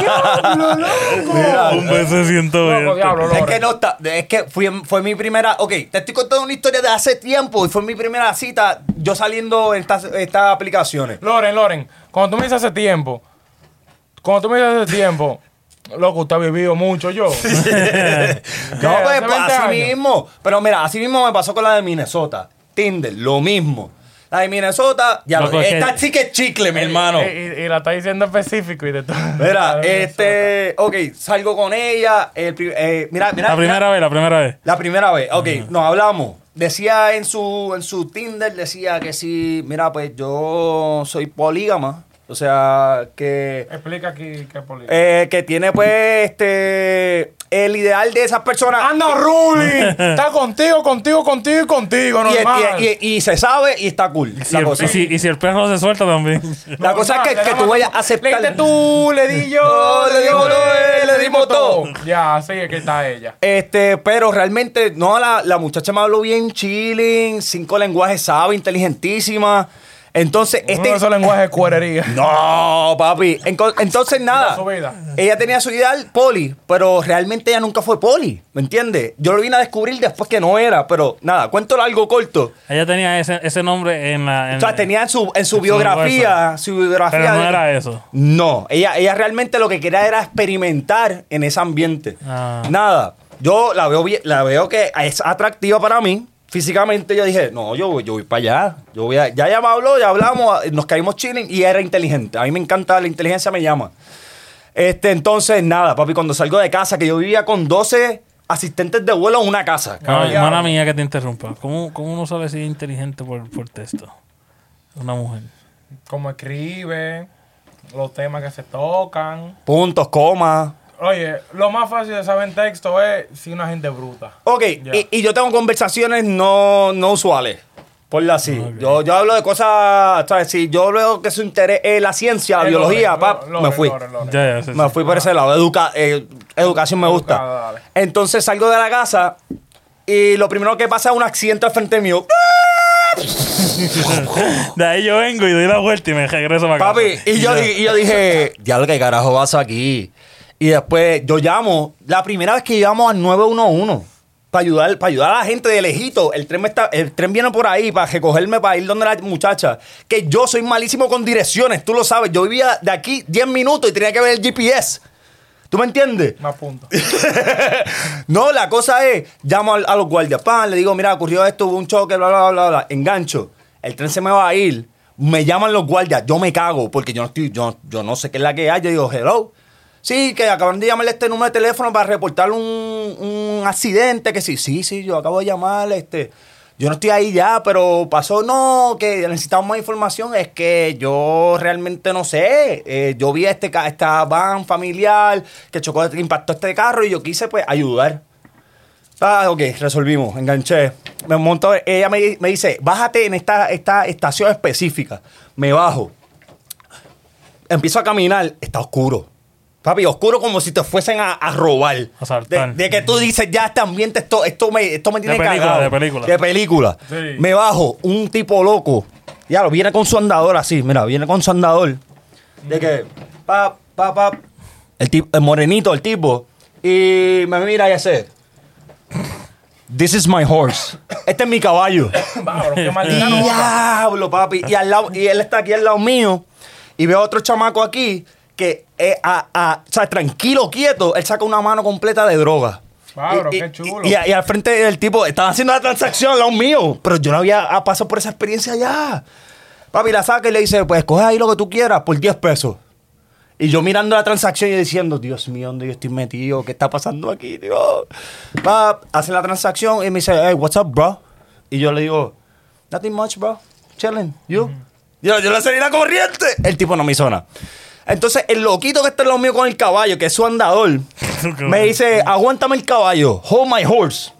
Speaker 1: ¡Diablo, loco!
Speaker 2: Mira,
Speaker 5: Un beso de 120.
Speaker 1: Loco, diablo,
Speaker 2: Es
Speaker 1: loco.
Speaker 2: que no está. Es que fui, fue mi primera. Ok, te estoy contando una historia de hace tiempo y fue mi primera cita yo saliendo en estas,
Speaker 1: [laughs]
Speaker 2: estas aplicaciones. [laughs]
Speaker 1: Loren, Loren, cuando tú me dices hace tiempo, cuando tú me dices hace tiempo, loco, usted ha vivido mucho yo.
Speaker 2: No,
Speaker 1: ¿Qué?
Speaker 2: pues,
Speaker 1: ¿Hace
Speaker 2: pues,
Speaker 1: 20
Speaker 2: así
Speaker 1: años?
Speaker 2: mismo. Pero mira, así mismo me pasó con la de Minnesota. Tinder, lo mismo. La de Minnesota, ya
Speaker 5: Loco,
Speaker 2: lo-
Speaker 5: es que-
Speaker 2: Esta sí que es chicle, mi hermano.
Speaker 1: Y, y- y la está diciendo específico y de todo. [laughs]
Speaker 2: Mira,
Speaker 1: Ay,
Speaker 2: este, ok, salgo con ella. El, pri- eh, mira, mira,
Speaker 5: La
Speaker 2: mira,
Speaker 5: primera vez, la primera vez.
Speaker 2: La primera vez, ok, nos hablamos. Decía en su, en su Tinder, decía que sí, mira, pues yo soy polígama. O sea, que,
Speaker 1: Explica aquí qué es política.
Speaker 2: eh, que tiene pues este el ideal de esas personas.
Speaker 1: ¡Anda, Ah,
Speaker 2: [laughs]
Speaker 1: Ruli! Está contigo, contigo, contigo y contigo,
Speaker 2: Y,
Speaker 1: normal.
Speaker 2: y- y- y se sabe y está cool.
Speaker 5: Si
Speaker 2: la
Speaker 5: el-
Speaker 2: cosa.
Speaker 5: y, si, y si el perro se suelta también.
Speaker 2: La cosa es que, que tú vayas a aceptar.
Speaker 1: Le diste tú, le di yo,
Speaker 2: No, le dimos todo, eh, le dimos todo.
Speaker 1: Ya, así es que está ella.
Speaker 2: Este, pero realmente, no, la, la muchacha me habló bien chilling, cinco lenguajes sabe, inteligentísima. Entonces,
Speaker 1: Este
Speaker 2: este.
Speaker 1: Uno de esos lenguajes de cuerería.
Speaker 2: [laughs] No, papi. Enco- Entonces, nada.
Speaker 1: su vida.
Speaker 2: Ella tenía su ideal poli, pero realmente ella nunca fue poli, ¿me entiendes? Yo lo vine a descubrir después que no era, pero nada, cuento algo corto.
Speaker 5: Ella tenía ese, ese nombre en la. en-
Speaker 2: O sea, tenía en su, en su
Speaker 5: en su
Speaker 2: biografía,
Speaker 5: verso.
Speaker 2: su biografía.
Speaker 5: Pero no era eso.
Speaker 2: No, ella, ella realmente lo que quería era experimentar en ese ambiente.
Speaker 5: Ah.
Speaker 2: Nada, yo la veo, bien- la veo que es atractiva para mí. Físicamente yo dije, no, yo, voy- yo voy para allá. Yo voy a- ya ella me habló, ya hablamos, nos caímos chilling y era inteligente. A mí me encanta la inteligencia, me llama. Este, entonces, nada, papi, cuando salgo de casa, que yo vivía con 12 asistentes de vuelo en una casa.
Speaker 5: No,
Speaker 2: caballero.
Speaker 5: hermana mía que te interrumpa. ¿Cómo, cómo uno sabe si es inteligente por, por texto? Una mujer.
Speaker 1: Cómo escribe, los temas que se tocan.
Speaker 2: Puntos, comas.
Speaker 1: Oye, lo más fácil de saber en texto es si una gente es bruta.
Speaker 2: Ok,
Speaker 1: Ya.
Speaker 2: y, y yo tengo conversaciones no, no usuales. Ponla así.
Speaker 1: Ah,
Speaker 2: Yo, yo hablo de cosas, ¿sabes? Si yo veo que su interés es la ciencia, la
Speaker 1: Eh,
Speaker 2: biología,
Speaker 1: Loren,
Speaker 2: pap,
Speaker 1: Lo- Loren,
Speaker 2: me fui.
Speaker 1: Loren, Loren.
Speaker 5: Ya, ya, sí, sí.
Speaker 2: Me fui por ese lado. Educa, eh, educación me gusta.
Speaker 1: Educada, dale.
Speaker 2: Entonces salgo de la casa y lo primero que pasa es un accidente al frente mío.
Speaker 5: De ahí yo vengo y doy la vuelta y me regreso para acá.
Speaker 2: Papi, y yo, di- y yo dije, diablo, ¿qué carajo vas aquí? Y después yo llamo, la primera vez que llamamos al 911 para ayudar, para ayudar a la gente de lejito. El tren, me está, el tren viene por ahí para recogerme para ir donde la muchacha. Que yo soy malísimo con direcciones, tú lo sabes. Yo vivía de aquí 10 minutos y tenía que ver el GPS. ¿Tú me entiendes?
Speaker 1: Más punto.
Speaker 2: no, la cosa es, llamo al- a, los guardias, pan, le digo, mira, ocurrió esto, hubo un choque, bla, bla, bla, bla, engancho, el tren se me va a ir, me llaman los guardias, yo me cago, porque yo no estoy, yo, yo no sé qué es la que hay, yo digo, hello. Sí, que acaban de llamarle a este número de teléfono para reportar un, un accidente, que sí, sí, sí, yo acabo de llamar, este, yo no estoy ahí ya, pero pasó, no, que necesitamos más información, es que yo realmente no sé, eh, yo vi a este, ca- esta van familiar que chocó, que impactó este carro y yo quise pues ayudar. Ah, ok, resolvimos, enganché. Me monto, ella me, me dice, bájate en esta, esta estación específica. Me bajo. Empiezo a caminar, está oscuro. Papi, oscuro como si te fuesen a, a robar.
Speaker 5: Asaltar.
Speaker 2: De, de que tú dices, ya este ambiente, esto, esto, me, esto me tiene
Speaker 5: De película,
Speaker 2: cagado.
Speaker 5: de película.
Speaker 2: De película.
Speaker 1: Sí.
Speaker 2: Me bajo, un tipo loco. Ya lo viene con su andador así, mira, viene con su andador. De que, pa, pa, pa. El, tipo, el morenito, el tipo. Y me mira y hace. This is my horse. Este es mi caballo.
Speaker 1: Bárbaro, qué maldita nota.
Speaker 2: Diablo, papi. Y, al lado, y él está aquí al lado mío. Y veo otro chamaco aquí que, eh, a- a- o sea, tranquilo, quieto, él saca una mano completa de droga.
Speaker 1: Bárbaro,
Speaker 2: y, y-
Speaker 1: qué chulo.
Speaker 2: Y, y al frente del tipo, estaba haciendo la transacción al lado mío. Pero yo no había ah, pasado por esa experiencia ya. Papi la saca y le dice, pues coge ahí lo que tú quieras por 10 pesos. Y yo mirando la transacción y diciendo, Dios mío, ¿dónde yo estoy metido? ¿Qué está pasando aquí, tío? Va, hace la transacción y me dice, hey, what's up, bro? Y yo le digo, nothing much, bro. Chilling. You? Yo, yo le salí la corriente. El tipo no me hizo nada. Entonces, el loquito que está en lo mío con el caballo, que es su andador, me dice, aguántame el caballo. Hold my horse.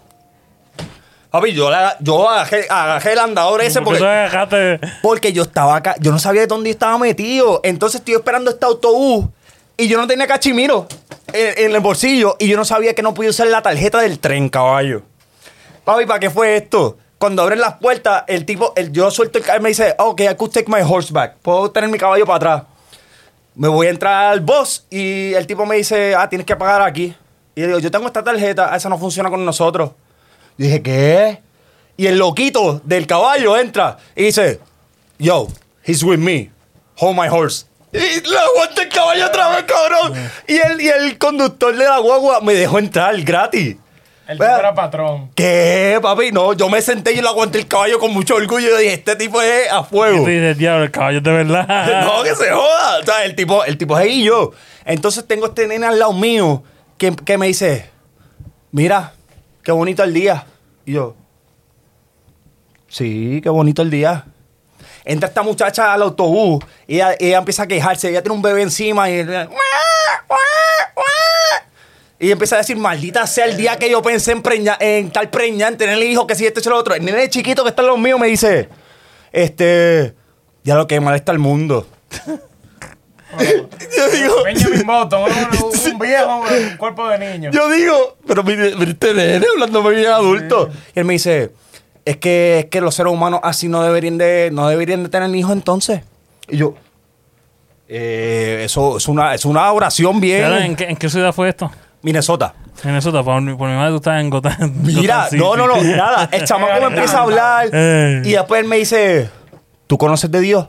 Speaker 2: Papi, yo, la- yo agajé, agajé el andador ese porque...
Speaker 5: Porque tú dejaste.
Speaker 2: Porque yo estaba acá, yo no sabía de dónde yo estaba metido. Entonces estoy esperando este autobús y yo no tenía cachimiro en, en el bolsillo y yo no sabía que no podía usar la tarjeta del tren, caballo. Papi, ¿para qué fue esto? Cuando abren las puertas, el tipo, el, yo suelto el caballo y me dice, ok, I could take my horseback. Puedo tener mi caballo para atrás. Me voy a entrar al boss y el tipo me dice, ah, tienes que pagar aquí. Y yo digo, yo tengo esta tarjeta, esa no funciona con nosotros. Yo dije, ¿qué? Y el loquito del caballo entra y dice, yo, he's with me, hold my horse. Y le aguanta el caballo otra vez, cabrón. Y el, y el conductor de la guagua me dejó entrar gratis.
Speaker 1: El
Speaker 2: Vea.
Speaker 1: tipo era patrón.
Speaker 2: ¿Qué, papi? No, yo me senté y le aguanté el caballo con mucho orgullo. Y dije, este tipo es a
Speaker 5: Y
Speaker 2: fuego.
Speaker 5: tú dices, diablo, el caballo es de verdad.
Speaker 2: [laughs] No, que se joda. O sea, el tipo, el tipo es ahí yo. Entonces tengo este nene al lado mío que, que me dice, mira, qué bonito el día. Y yo, sí, qué bonito el día. Entra esta muchacha al autobús y ella, ella empieza a quejarse. Ella tiene un bebé encima y... ella, "Mua, mua, mua". Y empieza a decir, maldita sea el día que yo pensé en, preña- en estar preñada, en tener el hijo, que si este es el otro. El nene chiquito que está en los míos me dice, este, ya lo que mal está el mundo. [laughs] yo digo,
Speaker 1: Benjamin Button, un,
Speaker 2: [laughs]
Speaker 1: un viejo, un cuerpo de niño.
Speaker 2: yo digo, pero mire, mire este nene hablándome bien adulto. Y él me dice, es que, es que los seres humanos así no deberían de, no deberían de tener hijos entonces. Y yo, eh, eso es una, es una oración
Speaker 5: Claro, ¿en,
Speaker 2: bien
Speaker 5: qué, en qué ciudad fue esto?
Speaker 2: Minnesota.
Speaker 5: En eso, por, mi- por mi madre, tú estabas en Gotham.
Speaker 2: Mira,
Speaker 5: Gotham City.
Speaker 2: no, no, no, nada. El chamaco me empieza a hablar
Speaker 5: Eh.
Speaker 2: y después él me dice, ¿tú conoces de Dios?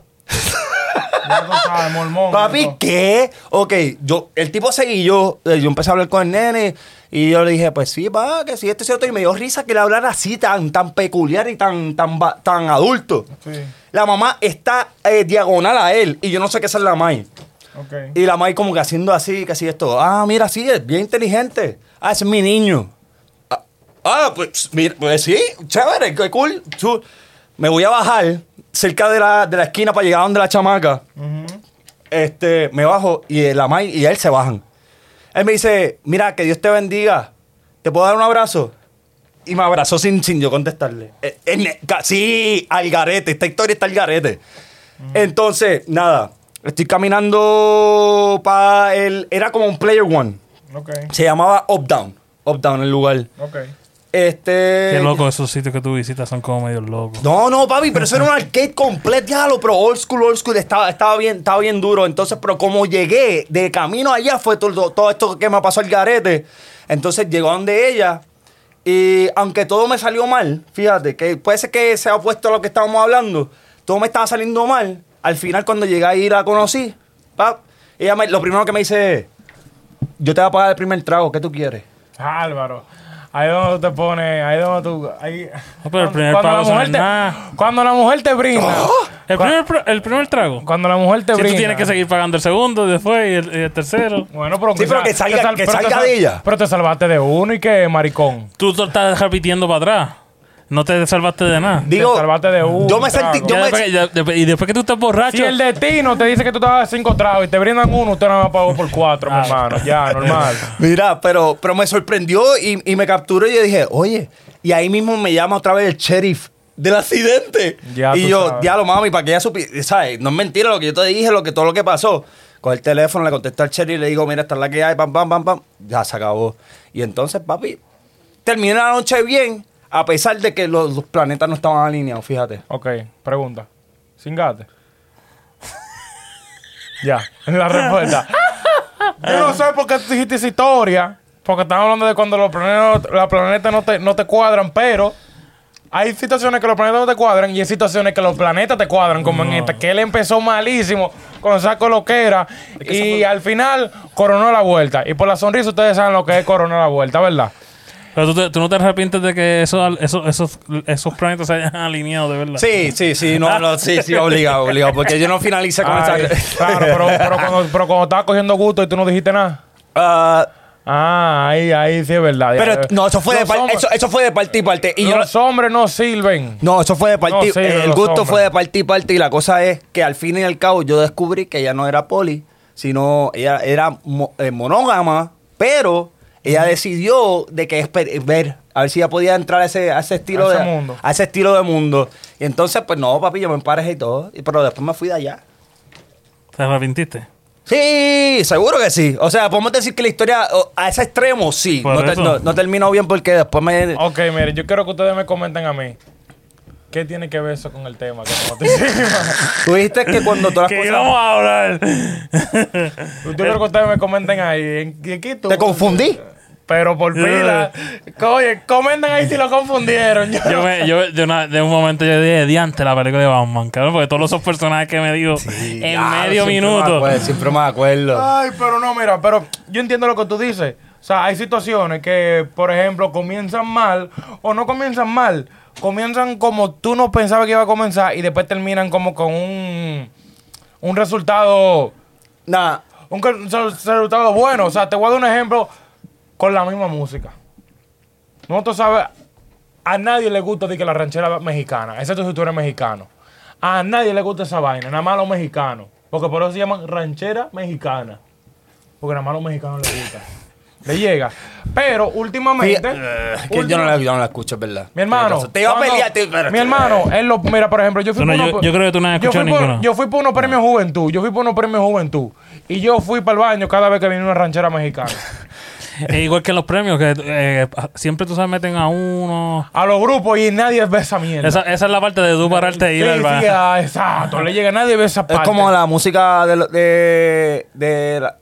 Speaker 1: Ya tú sabes, mormón.
Speaker 2: Papi,
Speaker 1: loco.
Speaker 2: ¿qué? Ok, yo, el tipo seguí yo, eh, yo empecé a hablar con el nene y yo le dije, pues sí, pa, que sí, esto es cierto. Y me dio risa que le hablara así, tan, tan peculiar y tan, tan, va- tan adulto.
Speaker 1: Sí.
Speaker 2: La mamá está eh, diagonal a él y yo no sé qué es la mai.
Speaker 1: Ok.
Speaker 2: Y la mai como que haciendo así, que así esto. Ah, mira, sí, es bien inteligente. Ah, ese es mi niño. Ah, ah, pues, mira, pues sí, chévere, qué cool. Su- Me voy a bajar cerca de la, de la esquina para llegar donde la chamaca este, me bajo y la May y él se bajan. Él me dice, mira, que Dios te bendiga. ¿Te puedo dar un abrazo? Y me abrazó sin, sin yo contestarle. Eh, eh, ne- ca- sí, al garete. Esta historia está al garete. Entonces, nada. Estoy caminando para el... Era como un Player One.
Speaker 1: Ok.
Speaker 2: Se llamaba Up Down. Up Down el lugar.
Speaker 1: Ok.
Speaker 2: Este.
Speaker 5: [laughs] Qué loco, esos sitios que tú visitas son como medio locos.
Speaker 2: No, no, papi, pero eso era un arcade completo, diablo, pero old school, old school, estaba, estaba, bien, estaba bien duro. Entonces, pero como llegué de camino allá, fue todo, todo esto que me pasó el garete. Entonces llegó donde ella, y aunque todo me salió mal, fíjate, que puede ser que se ha opuesto a lo que estábamos hablando, todo me estaba saliendo mal. Al final, cuando llegué ahí, la conocí, pap, ella me- lo primero que me dice es: Yo te voy a pagar el primer trago, ¿qué tú quieres?
Speaker 1: Álvaro. Ahí es donde tú te pones, ahí es donde tú. Ahí,
Speaker 5: No, pero el primer pago eso no es
Speaker 1: te,
Speaker 5: nada.
Speaker 1: cuando la mujer te brinda.
Speaker 2: ¿Ah?
Speaker 5: El primer, pro- el primer trago.
Speaker 1: Cuando la mujer te
Speaker 5: Si tú
Speaker 1: brinda.
Speaker 5: tienes que seguir pagando el segundo, y después y el, y el tercero.
Speaker 1: Bueno, pero,
Speaker 2: Sí, pero que
Speaker 1: te
Speaker 2: salga- que
Speaker 1: pero te
Speaker 2: salga de ella.
Speaker 1: Pero te salvaste de uno y que maricón.
Speaker 5: Tú te estás repitiendo para atrás. No te salvaste de nada.
Speaker 2: Digo,
Speaker 1: salvaste de un
Speaker 2: yo me sentí,
Speaker 1: trago.
Speaker 2: yo
Speaker 5: Ya
Speaker 2: me-
Speaker 5: después que- ya- después- y después que tú estás borracho.
Speaker 1: Si el destino te dice que tú te vas a cinco tragos y te brindan uno, usted no me pagó por cuatro,
Speaker 5: Ah.
Speaker 1: mi hermano. Ya,
Speaker 5: [laughs]
Speaker 1: normal.
Speaker 2: Mira, pero, pero me sorprendió y, y me capturó y yo dije, oye, y ahí mismo me llama otra vez el sheriff del accidente.
Speaker 1: Ya
Speaker 2: y
Speaker 1: tú
Speaker 2: yo,
Speaker 1: sabes.
Speaker 2: diablo, mami, para que ella supiera, ¿sabes? No es mentira lo que yo te dije, lo que todo lo que pasó. Con el teléfono le contesto al sheriff y le digo, mira, esta es la que hay, pam, pam, pam, pam. Ya se acabó. Y entonces, papi, terminé la noche bien, a pesar de que los, los planetas no estaban alineados, fíjate.
Speaker 1: Ok, pregunta. Singate. ya, [laughs] la respuesta. Yo no sé por qué tú dijiste esa historia. Porque estamos hablando de cuando los planetas, los planetas no, te, no te cuadran, pero hay situaciones que los planetas no te cuadran y hay situaciones que los planetas te cuadran, como en esta, que él empezó malísimo con saco lo que era y al final coronó la vuelta. Y por la sonrisa ustedes saben lo que es coronar la vuelta, ¿verdad?
Speaker 5: Pero tú, te- tú no te arrepientes de que esos, esos, esos, esos planetas se hayan alineado, de verdad.
Speaker 2: Sí, sí, sí, no, no, sí, sí, obligado, obligado, porque yo no finalicé con
Speaker 1: Ay,
Speaker 2: esa...
Speaker 1: claro, pero, pero cuando, pero cuando estabas cogiendo gusto y tú no dijiste nada.
Speaker 2: [laughs] Ah,
Speaker 1: Ah, ahí, ahí sí es verdad. Ya,
Speaker 2: Pero
Speaker 1: eh,
Speaker 2: no, eso fue, de
Speaker 1: los
Speaker 2: par-
Speaker 1: hombres-
Speaker 2: eso, eso fue de parte y parte. Y yo no-
Speaker 1: los hombres no sirven.
Speaker 2: no, eso fue de parte. y-
Speaker 1: No, sí,
Speaker 2: el
Speaker 1: los
Speaker 2: gusto
Speaker 1: hombres.
Speaker 2: fue de parte y parte. Y la cosa es que al fin y al cabo yo descubrí que ella no era poli, sino ella era mo- eh, monógama, pero ella decidió de que esper- ver, a ver si ella podía entrar a ese, a ese estilo
Speaker 1: A ese
Speaker 2: de
Speaker 1: mundo.
Speaker 2: a ese estilo de mundo. Y entonces, pues no, papi, yo me emparejé y todo. y- Pero después me fui de allá.
Speaker 5: ¿Te arrepintiste?
Speaker 2: Sí, seguro que sí. O sea, podemos decir que la historia o, a ese extremo sí.
Speaker 5: Por
Speaker 2: No, te-
Speaker 5: eso.
Speaker 2: no- no terminó bien porque después me.
Speaker 1: Ok, mire, yo quiero que ustedes me comenten a mí. ¿Qué tiene que ver eso con el tema? que tengo
Speaker 2: [laughs]
Speaker 1: encima?
Speaker 2: Tuviste que cuando todas las
Speaker 5: Que
Speaker 2: cosas.
Speaker 5: íbamos a hablar. [laughs]
Speaker 1: yo quiero que ustedes me comenten ahí. ¿En qué- qué tú?
Speaker 2: Te confundí.
Speaker 1: Pero por pila. Oye, comenten ahí si lo confundieron. Yo-
Speaker 5: Yo, me, yo de, una- de un momento yo dije, diante la película de Batman, cabrón, porque todos esos personajes que me dijo en medio minuto.
Speaker 2: siempre me acuerdo.
Speaker 1: Ay, pero no, mira, pero yo entiendo lo que tú dices. O sea, hay situaciones que, por ejemplo, comienzan mal o no comienzan mal. Comienzan como tú no pensabas que iba a comenzar y después terminan como con un, un resultado
Speaker 2: Nada.
Speaker 1: un cre- un resultado bueno. O sea, te voy a dar un ejemplo con la misma música. Nosotros sabes, a nadie le gusta de que la ranchera mexicana, excepto si tú eres mexicano. A nadie le gusta esa vaina, nada más a los mexicanos. Porque por eso se llaman ranchera mexicana. Porque nada más a los mexicanos les gusta. Le llega. Pero últimamente.
Speaker 2: que yo no,
Speaker 1: última-
Speaker 2: la, yo no la escucho, es verdad.
Speaker 1: mi hermano.
Speaker 2: Te iba a
Speaker 1: cuando-
Speaker 2: pelear, te pero-
Speaker 1: Mi hermano, él lo, mira, por ejemplo, yo fui
Speaker 5: No, no,
Speaker 1: pa'
Speaker 5: yo-
Speaker 1: uno-
Speaker 5: yo creo que tú no has
Speaker 1: yo fui
Speaker 5: escuchado
Speaker 1: por-
Speaker 5: ninguno.
Speaker 1: Yo fui por unos premios juventud. Yo fui por unos premios juventud. Y yo fui para el baño cada vez que venía una ranchera
Speaker 5: [laughs]
Speaker 1: mexicana.
Speaker 5: E igual que en los premios, que eh, siempre tú sabes, meten a uno.
Speaker 1: A los grupos y nadie ve esa mierda.
Speaker 5: Esa, esa es la parte de tú pararte y ir
Speaker 1: Sí,
Speaker 5: al bar.
Speaker 1: sí, ah, exacto. Le llega nadie ve esa
Speaker 2: Es
Speaker 1: parte.
Speaker 2: como la música de, lo- de, de la,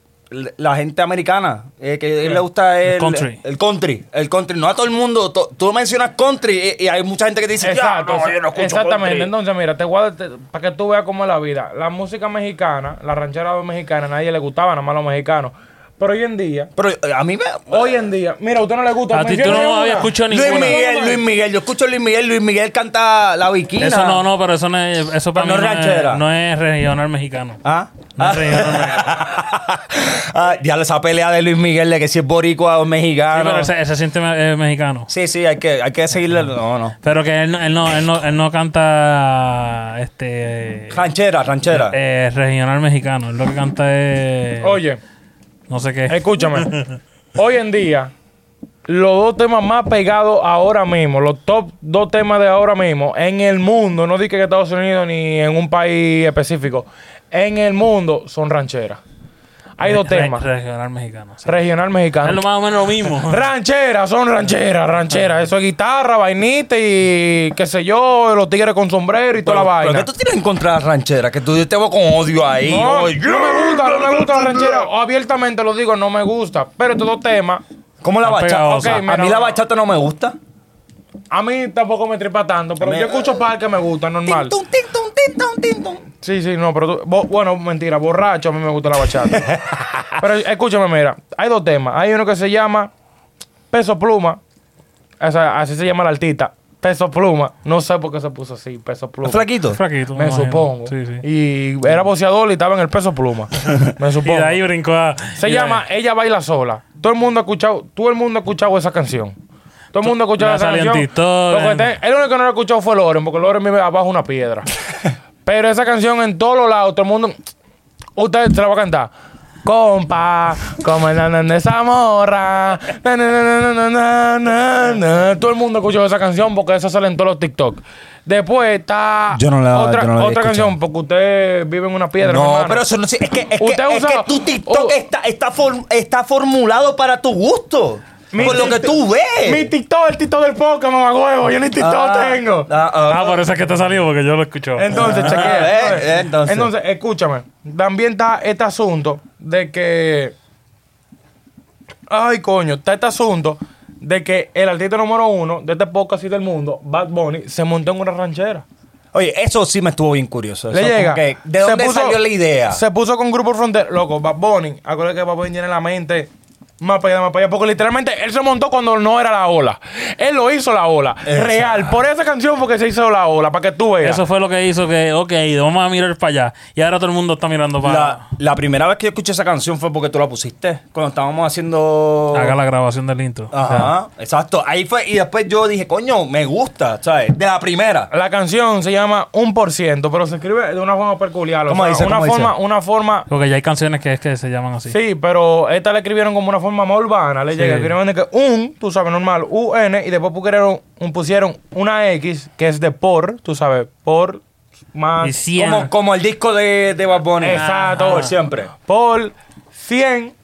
Speaker 2: la gente americana. eh, que a él le gusta el,
Speaker 5: country.
Speaker 2: El country. El country. No a todo el mundo. to- tú mencionas country eh, y, y hay mucha gente que te dice, ya,
Speaker 1: Exacto,
Speaker 2: no, yo no escucho
Speaker 1: exactamente.
Speaker 2: country".
Speaker 1: Entonces, mira, te voy a- te- para que tú veas cómo es la vida. La música mexicana, la ranchera mexicana, a nadie le gustaba, nada más a los mexicanos. Pero hoy en día,
Speaker 2: Pero eh, a mí me...
Speaker 1: hoy en día, mira, a usted no le gusta.
Speaker 5: A ti tú
Speaker 1: menciona
Speaker 5: no
Speaker 1: una.
Speaker 5: habías escuchado
Speaker 2: Luis
Speaker 5: ninguna.
Speaker 2: Miguel, Luis Miguel. Yo escucho a Luis Miguel. Luis Miguel canta La Viquina.
Speaker 5: Eso no, no, pero eso no es, eso para
Speaker 2: Pero
Speaker 5: mí
Speaker 2: no
Speaker 5: no,
Speaker 2: es ranchera.
Speaker 5: es, no es regional mexicano.
Speaker 2: ¿Ah?
Speaker 5: No es regional mexicano.
Speaker 2: Ah, ya esa pelea de Luis Miguel de que si es boricua o
Speaker 5: Sí, pero
Speaker 2: mexicano.
Speaker 5: él se, él se siente me- eh, mexicano.
Speaker 2: Sí, sí, hay que, hay que seguirle. No, no.
Speaker 5: Pero que él no, él no, él no, él no canta este
Speaker 2: Ranchera, ranchera.
Speaker 5: eh, regional mexicano. Él lo que canta es
Speaker 1: Oye.
Speaker 5: no sé qué.
Speaker 1: Escúchame. Hoy en día, los dos temas más pegados ahora mismo, los top dos temas de ahora mismo, en el mundo, no dije que en Estados Unidos ni en un país específico, en el mundo son rancheras. Hay dos
Speaker 5: Re-
Speaker 1: temas.
Speaker 5: Regional mexicano. sí.
Speaker 1: Regional
Speaker 5: Es lo
Speaker 1: mexicano.
Speaker 5: más o menos
Speaker 1: [laughs]
Speaker 5: lo mismo. [laughs]
Speaker 1: Ranchera, son rancheras, rancheras. Eso es guitarra, vainita y qué sé yo, los tigres con sombrero y toda la
Speaker 2: ¿Pero
Speaker 1: vaina.
Speaker 2: qué tú tienes en contra de la ranchera? Que tú yo te veo con odio ahí.
Speaker 1: No,
Speaker 2: Oye,
Speaker 1: no me gusta, no me gusta la ranchera. Abiertamente lo digo, no me gusta. Pero estos dos temas,
Speaker 2: ¿Cómo la
Speaker 5: Está
Speaker 2: bachata?
Speaker 5: pegajosa.
Speaker 1: Ok,
Speaker 2: a
Speaker 1: mira,
Speaker 2: mí la
Speaker 1: no.
Speaker 2: bachata no me gusta.
Speaker 1: a mí tampoco me tripa tanto. Pero
Speaker 2: Me-
Speaker 1: yo escucho par que me gusta, normal.
Speaker 2: Tin, tum, tin, tum, tin, tum, tin, tum.
Speaker 1: Sí, sí, no, pero tú, bo- bueno, mentira, borracho a mí me gusta la
Speaker 5: [laughs]
Speaker 1: bachata. pero escúchame, mira, hay dos temas. Hay uno que se llama Peso Pluma, o sea, así se llama la artista. Peso Pluma, no sé por qué se puso así, Peso Pluma.
Speaker 2: ¿Es flaquito?
Speaker 5: Fraquito,
Speaker 1: Me
Speaker 5: imagino.
Speaker 1: supongo.
Speaker 5: Sí, sí.
Speaker 1: Y era boxeador y estaba en el Peso
Speaker 5: [laughs]
Speaker 1: Pluma. me
Speaker 5: Y
Speaker 1: supongo.
Speaker 5: de ahí brincó a.
Speaker 1: Se
Speaker 5: y de
Speaker 1: llama
Speaker 5: ahí-
Speaker 1: Ella baila sola. Todo el mundo ha escuchado, todo el mundo ha escuchado esa canción. Todo el mundo ha escuchado
Speaker 5: la
Speaker 1: esa
Speaker 5: salió en
Speaker 1: canción.
Speaker 5: TikTok,
Speaker 1: Lo que
Speaker 5: en-
Speaker 1: te- el único que no lo ha escuchado fue Loren, porque Loren vive abajo una piedra. Pero esa canción en todos los lados, todo el mundo. Usted se la va a cantar. Compa, como na, na, na, esa morra. na, na, na, na, na, na, na, na. Todo el mundo escuchó esa canción porque esa sale en todos los TikTok. Después está
Speaker 2: Yo no la-
Speaker 1: otra,
Speaker 2: yo no la había
Speaker 1: otra canción, porque usted vive en una piedra. mi
Speaker 2: No,
Speaker 1: hermano.
Speaker 2: pero eso no sí, es que es que,
Speaker 1: Usted
Speaker 2: es
Speaker 1: usa-
Speaker 2: que tu TikTok
Speaker 1: oh.
Speaker 2: está, está, form- está formulado para tu gusto.
Speaker 1: Mi
Speaker 2: por lo que
Speaker 1: tic-
Speaker 2: tú ves.
Speaker 1: Mi TikTok, el TikTok del podcast, mamá huevo. Yo ni TikTok
Speaker 2: Eh. Ah,
Speaker 1: tengo.
Speaker 2: ah, ah.
Speaker 5: Ah, por eso es que te salió, porque yo lo escucho.
Speaker 1: Entonces,
Speaker 2: Ah,
Speaker 1: chequea.
Speaker 2: eh,
Speaker 1: Entonces,
Speaker 2: eh, entonces.
Speaker 1: entonces, escúchame. También está este asunto de que. Ay, coño, está este asunto de que el artista número uno de este podcast y del mundo, Bad Bunny, se montó en una ranchera.
Speaker 2: Oye, eso sí me estuvo bien curioso.
Speaker 1: Le
Speaker 2: Eso como
Speaker 1: llega.
Speaker 2: que, ¿De
Speaker 1: Se
Speaker 2: dónde
Speaker 1: puso-
Speaker 2: salió la idea?
Speaker 1: Se puso con Grupo Frontera. Loco, Bad Bunny. Acuérdate que Bad Bunny tiene la mente más para allá, más para allá. Porque literalmente él se montó cuando no era la ola. Él lo hizo la ola.
Speaker 2: Exacto.
Speaker 1: Real. Por esa canción porque se hizo la ola. Para que tú veas.
Speaker 5: Eso fue lo que hizo que, ok, vamos a mirar para allá. Y ahora todo el mundo está mirando para.
Speaker 2: La, la primera vez que yo escuché esa canción fue porque tú la pusiste. Cuando estábamos haciendo.
Speaker 5: Haga la grabación del intro.
Speaker 2: Ajá, exacto. Ahí fue. Y después yo dije, coño, me gusta, ¿sabes? De la primera.
Speaker 1: La canción se llama Un por ciento, pero se escribe de una forma peculiar. o
Speaker 2: ¿Cómo
Speaker 1: sea,
Speaker 2: dice?
Speaker 1: una
Speaker 2: ¿Cómo
Speaker 1: forma, una forma.
Speaker 5: Porque ya hay canciones que es que se llaman así.
Speaker 1: Sí, pero esta la escribieron como una forma más urbana. Le
Speaker 5: Sí.
Speaker 1: llega, escribieron de que un, tú sabes, normal, UN, y después pusieron, un- pusieron una X, que es de por, tú sabes, por más.
Speaker 5: Y cien.
Speaker 2: Como, como el disco de, de Bad Bunny.
Speaker 1: Exacto.
Speaker 2: Por siempre.
Speaker 1: Por 100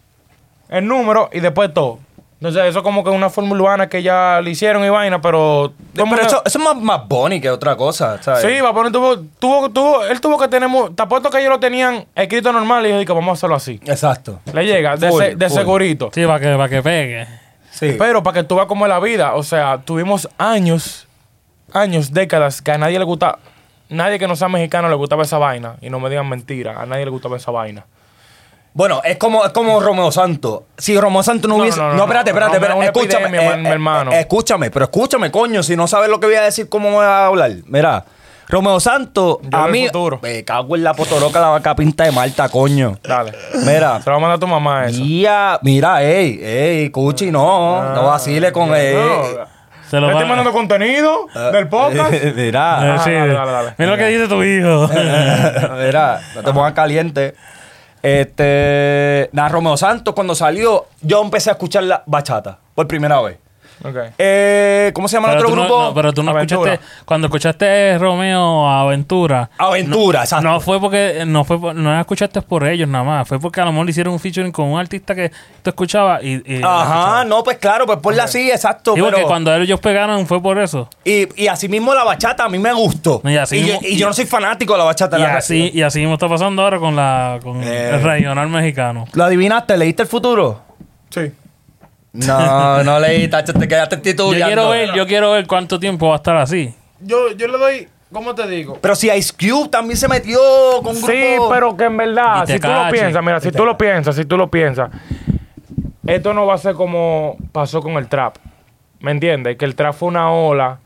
Speaker 1: el número y después todo. Entonces, eso como que una fórmula urbana que ya le hicieron y vaina, pero. todo el
Speaker 2: Pero
Speaker 1: mundo-
Speaker 2: eso, eso es más, más Bunny que otra cosa, ¿sabes?
Speaker 1: Sí, va a poner tuvo, tuvo, tuvo, él tuvo que tener, mu- te apuesto que ellos lo tenían escrito normal y yo dije que vamos a hacerlo así.
Speaker 2: Exacto.
Speaker 1: Le llega, de,
Speaker 2: Full,
Speaker 1: se- de
Speaker 2: full.
Speaker 1: segurito.
Speaker 5: Sí, para que, para que pegue.
Speaker 2: Sí.
Speaker 1: Pero para que tú veas cómo es la vida, o sea, tuvimos años, años, décadas que a nadie le gusta, nadie que no sea mexicano le gustaba esa vaina. Y no me digan mentira, a nadie le gustaba esa vaina.
Speaker 2: Bueno, es como, es como Romeo Santo. Si Romeo Santo no
Speaker 1: No,
Speaker 2: hubiese.
Speaker 1: no,
Speaker 2: No,
Speaker 1: no, no,
Speaker 2: espérate,
Speaker 1: no,
Speaker 2: espérate,
Speaker 1: no,
Speaker 2: espérate.
Speaker 1: no, es una
Speaker 2: escúchame, eh,
Speaker 1: epidemia, mi- mi hermano.
Speaker 2: Escúchame, pero escúchame, coño. Si no sabes lo que voy a decir, ¿cómo voy a hablar? Mira, Romeo Santo,
Speaker 1: Yo
Speaker 2: a
Speaker 1: del
Speaker 2: mí.
Speaker 1: futuro.
Speaker 2: Me cago en la potoroca, la vaca pinta de Malta, coño.
Speaker 1: Dale.
Speaker 2: Mira.
Speaker 1: Se lo va a mandar a tu mamá eso. Ah,
Speaker 2: Ya, mira, ey, ey, Cuchi, no, no vacile con él.
Speaker 5: Se
Speaker 1: Le
Speaker 5: lo
Speaker 1: estoy
Speaker 5: va-
Speaker 1: mandando contenido
Speaker 2: Ah.
Speaker 1: del podcast.
Speaker 5: Eh,
Speaker 2: [laughs] mira,
Speaker 5: sí.
Speaker 1: dale, dale, dale.
Speaker 5: Mira lo que dice tu hijo.
Speaker 2: [laughs] mira, no te pongas caliente. Este, nada, Romeo Santos, cuando salió, yo empecé a escuchar la bachata por primera vez.
Speaker 1: Ok.
Speaker 2: Eh, ¿Cómo se llama el
Speaker 5: pero,
Speaker 2: otro
Speaker 5: tú no,
Speaker 2: grupo?
Speaker 5: no, pero tú no
Speaker 1: Aventura.
Speaker 5: escuchaste. Cuando escuchaste Romeo Aventura.
Speaker 2: Aventura,
Speaker 1: Ah.
Speaker 2: exacto.
Speaker 5: No fue porque no fue por- no la escuchaste por ellos nada más, fue porque a lo mejor le hicieron un featuring con un artista que tú escuchabas y, y
Speaker 2: Ajá, no, pues claro, pues ponla así, exacto.
Speaker 5: Digo que
Speaker 2: pero-
Speaker 5: cuando ellos pegaron fue por eso.
Speaker 2: y, y así mismo la bachata a mí me gustó.
Speaker 5: Y
Speaker 2: yo,
Speaker 5: así mismo-
Speaker 2: y yo no soy fanático de la bachata.
Speaker 5: Y
Speaker 2: la-
Speaker 5: así, y así mismo está pasando ahora con la con
Speaker 1: Eh.
Speaker 5: el regional mexicano.
Speaker 2: ¿Lo adivinaste? ¿Leíste el futuro?
Speaker 1: Sí.
Speaker 2: No, no leí, tacho, te quedaste
Speaker 5: Yo
Speaker 2: titubeando.
Speaker 5: quiero ver, yo quiero ver cuánto tiempo va a estar así.
Speaker 1: Yo, yo le doy, ¿cómo te digo?
Speaker 2: Pero si Ice Cube también se metió con grupo.
Speaker 1: Sí, pero que en
Speaker 5: Y
Speaker 1: verdad,
Speaker 5: te
Speaker 1: si tú lo
Speaker 5: cache.
Speaker 1: piensas, mira, si tú lo piensas, si tú lo piensas, esto no va a ser como pasó con el trap. ¿Me entiendes? Que el trap fue una ola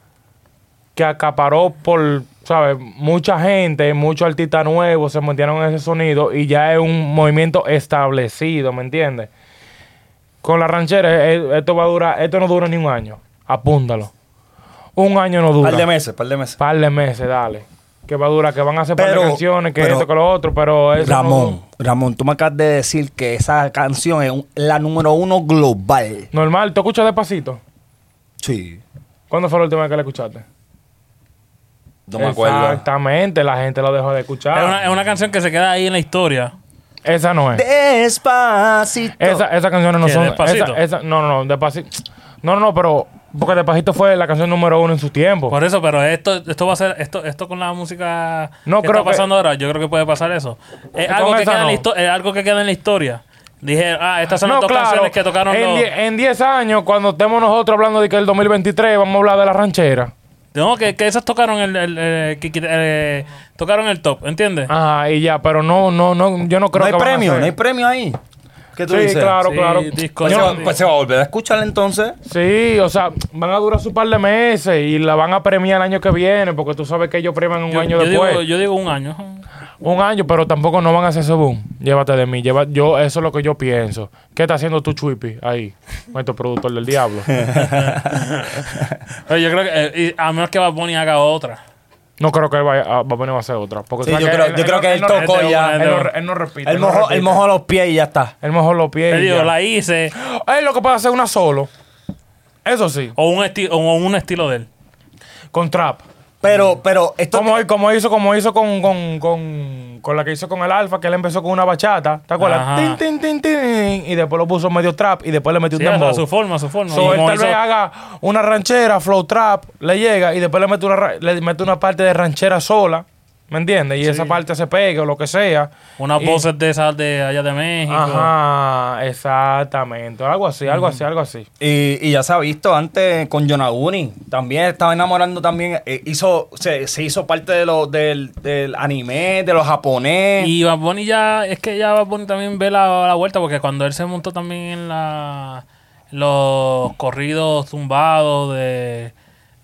Speaker 1: que acaparó por, ¿sabes? Mucha gente, muchos artistas nuevos se metieron en ese sonido y ya es un movimiento establecido, ¿me entiendes? Con la ranchera, eh, esto va a durar, esto no dura ni un año. Apúntalo. Un año no dura
Speaker 2: Par de meses, par de meses.
Speaker 1: par de meses, dale. Que va a durar, que van a hacer par de
Speaker 2: Pero-
Speaker 1: canciones, que
Speaker 2: pero-
Speaker 1: esto, que lo otro, pero eso. no-
Speaker 2: Ramón, Ramón, tú me acabas de decir que esa canción es un- la número uno global.
Speaker 1: normal, ¿te escuchas despacito?
Speaker 2: Sí.
Speaker 1: ¿Cuándo fue la última vez que la escuchaste?
Speaker 2: No me acuerdo.
Speaker 1: Exactamente, la gente lo dejó de escuchar. Ah.
Speaker 5: Es una, es una canción que se queda ahí en la historia.
Speaker 1: Esa no es.
Speaker 2: Despacito.
Speaker 1: Esa, esas canciones no
Speaker 5: ¿Qué,
Speaker 1: son.
Speaker 5: Despacito?
Speaker 1: esa- esa- no, no, no, despacito. No, no, no, pero. Porque Despacito fue la canción número uno en su tiempo.
Speaker 5: Por eso, pero esto, esto va a ser, esto, esto con la música
Speaker 1: No
Speaker 5: que
Speaker 1: creo
Speaker 5: está
Speaker 1: que-
Speaker 5: pasando ahora, yo creo que puede pasar eso. Es
Speaker 1: Con
Speaker 5: algo que,
Speaker 1: esa
Speaker 5: queda en
Speaker 1: no.
Speaker 5: la histo- es algo que queda en la historia. Dije, ah, estas son las dos canciones que tocaron
Speaker 1: en,
Speaker 5: los.
Speaker 1: die- en 10 años, cuando estemos nosotros hablando de que el 2023 vamos a hablar de la ranchera.
Speaker 5: No, que, que esas tocaron el, el- el- que- que- eh, tocaron el top, ¿entiendes?
Speaker 1: Ajá, y ya, pero no, no, no, yo no creo
Speaker 2: no hay
Speaker 1: que van a
Speaker 2: premio,
Speaker 1: hacer.
Speaker 2: no hay premio ahí. ¿Qué tú
Speaker 1: Sí,
Speaker 2: dices?
Speaker 1: claro,
Speaker 5: Sí,
Speaker 1: claro.
Speaker 5: disco-
Speaker 2: Pues,
Speaker 1: Yo
Speaker 2: se
Speaker 1: no-
Speaker 2: va, pues se va a volver a escuchar [laughs] entonces.
Speaker 1: Sí, o sea, van a durar su par de meses y la van a premiar el año que viene, porque tú sabes que ellos premian un
Speaker 5: Yo,
Speaker 1: año
Speaker 5: yo
Speaker 1: después.
Speaker 5: digo, yo digo un año.
Speaker 1: Un año, pero tampoco no van a hacer ese boom. Llévate de mí, lleva, yo, eso es lo que yo pienso. ¿Qué está haciendo tu chuipi ahí? Nuestro productor del
Speaker 2: [laughs]
Speaker 1: diablo.
Speaker 5: Pero yo creo que, eh, y a menos que Bad Bunny haga otra.
Speaker 1: No creo que él vaya a, va a poner a hacer otra. Porque
Speaker 2: Sí,
Speaker 1: tú sabes
Speaker 2: yo creo- yo creo que él
Speaker 1: no-
Speaker 2: tocó
Speaker 1: no-
Speaker 2: ya.
Speaker 1: Él no, él no repite.
Speaker 2: El
Speaker 1: él no
Speaker 2: mojo,
Speaker 1: repite.
Speaker 2: el mojo a los pies y ya está.
Speaker 1: Él mojó los pies.
Speaker 5: Él
Speaker 1: y
Speaker 5: dijo,
Speaker 1: ya.
Speaker 5: la hice,
Speaker 1: Él lo que puede hacer es una solo. Eso sí,
Speaker 5: o un, esti- o un estilo de él.
Speaker 1: con trap.
Speaker 2: Pero, pero esto.
Speaker 1: Como, como hizo, como hizo con, con, con, con la que hizo con el Alfa, que él empezó con una bachata, ¿te acuerdas?
Speaker 5: Ajá.
Speaker 1: Tin, tin, tin, tin, y después lo puso medio trap y después le metió
Speaker 5: Sí,
Speaker 1: un
Speaker 5: a- a
Speaker 1: dembow.
Speaker 5: su forma, a su forma.
Speaker 1: So, él
Speaker 5: Como
Speaker 1: tal vez
Speaker 5: hizo-
Speaker 1: haga una ranchera, flow trap, le llega y después le mete una, ra- le mete una parte de ranchera sola, ¿me entiendes? Y esa parte se pega o lo que sea.
Speaker 5: Unas
Speaker 1: Y-
Speaker 5: voces de esas de allá de México.
Speaker 1: Ajá, exactamente. Algo así, algo así, algo así.
Speaker 2: Y, y ya se ha visto antes con Yonaguni. También estaba enamorando también. eh, hizo, se, se hizo parte de los del, del anime, de los
Speaker 1: Eh.
Speaker 2: japonés.
Speaker 5: Y Bad Bunny ya, es que ya Bad Bunny también ve la, la vuelta, porque cuando él se montó también en la los corridos tumbados de,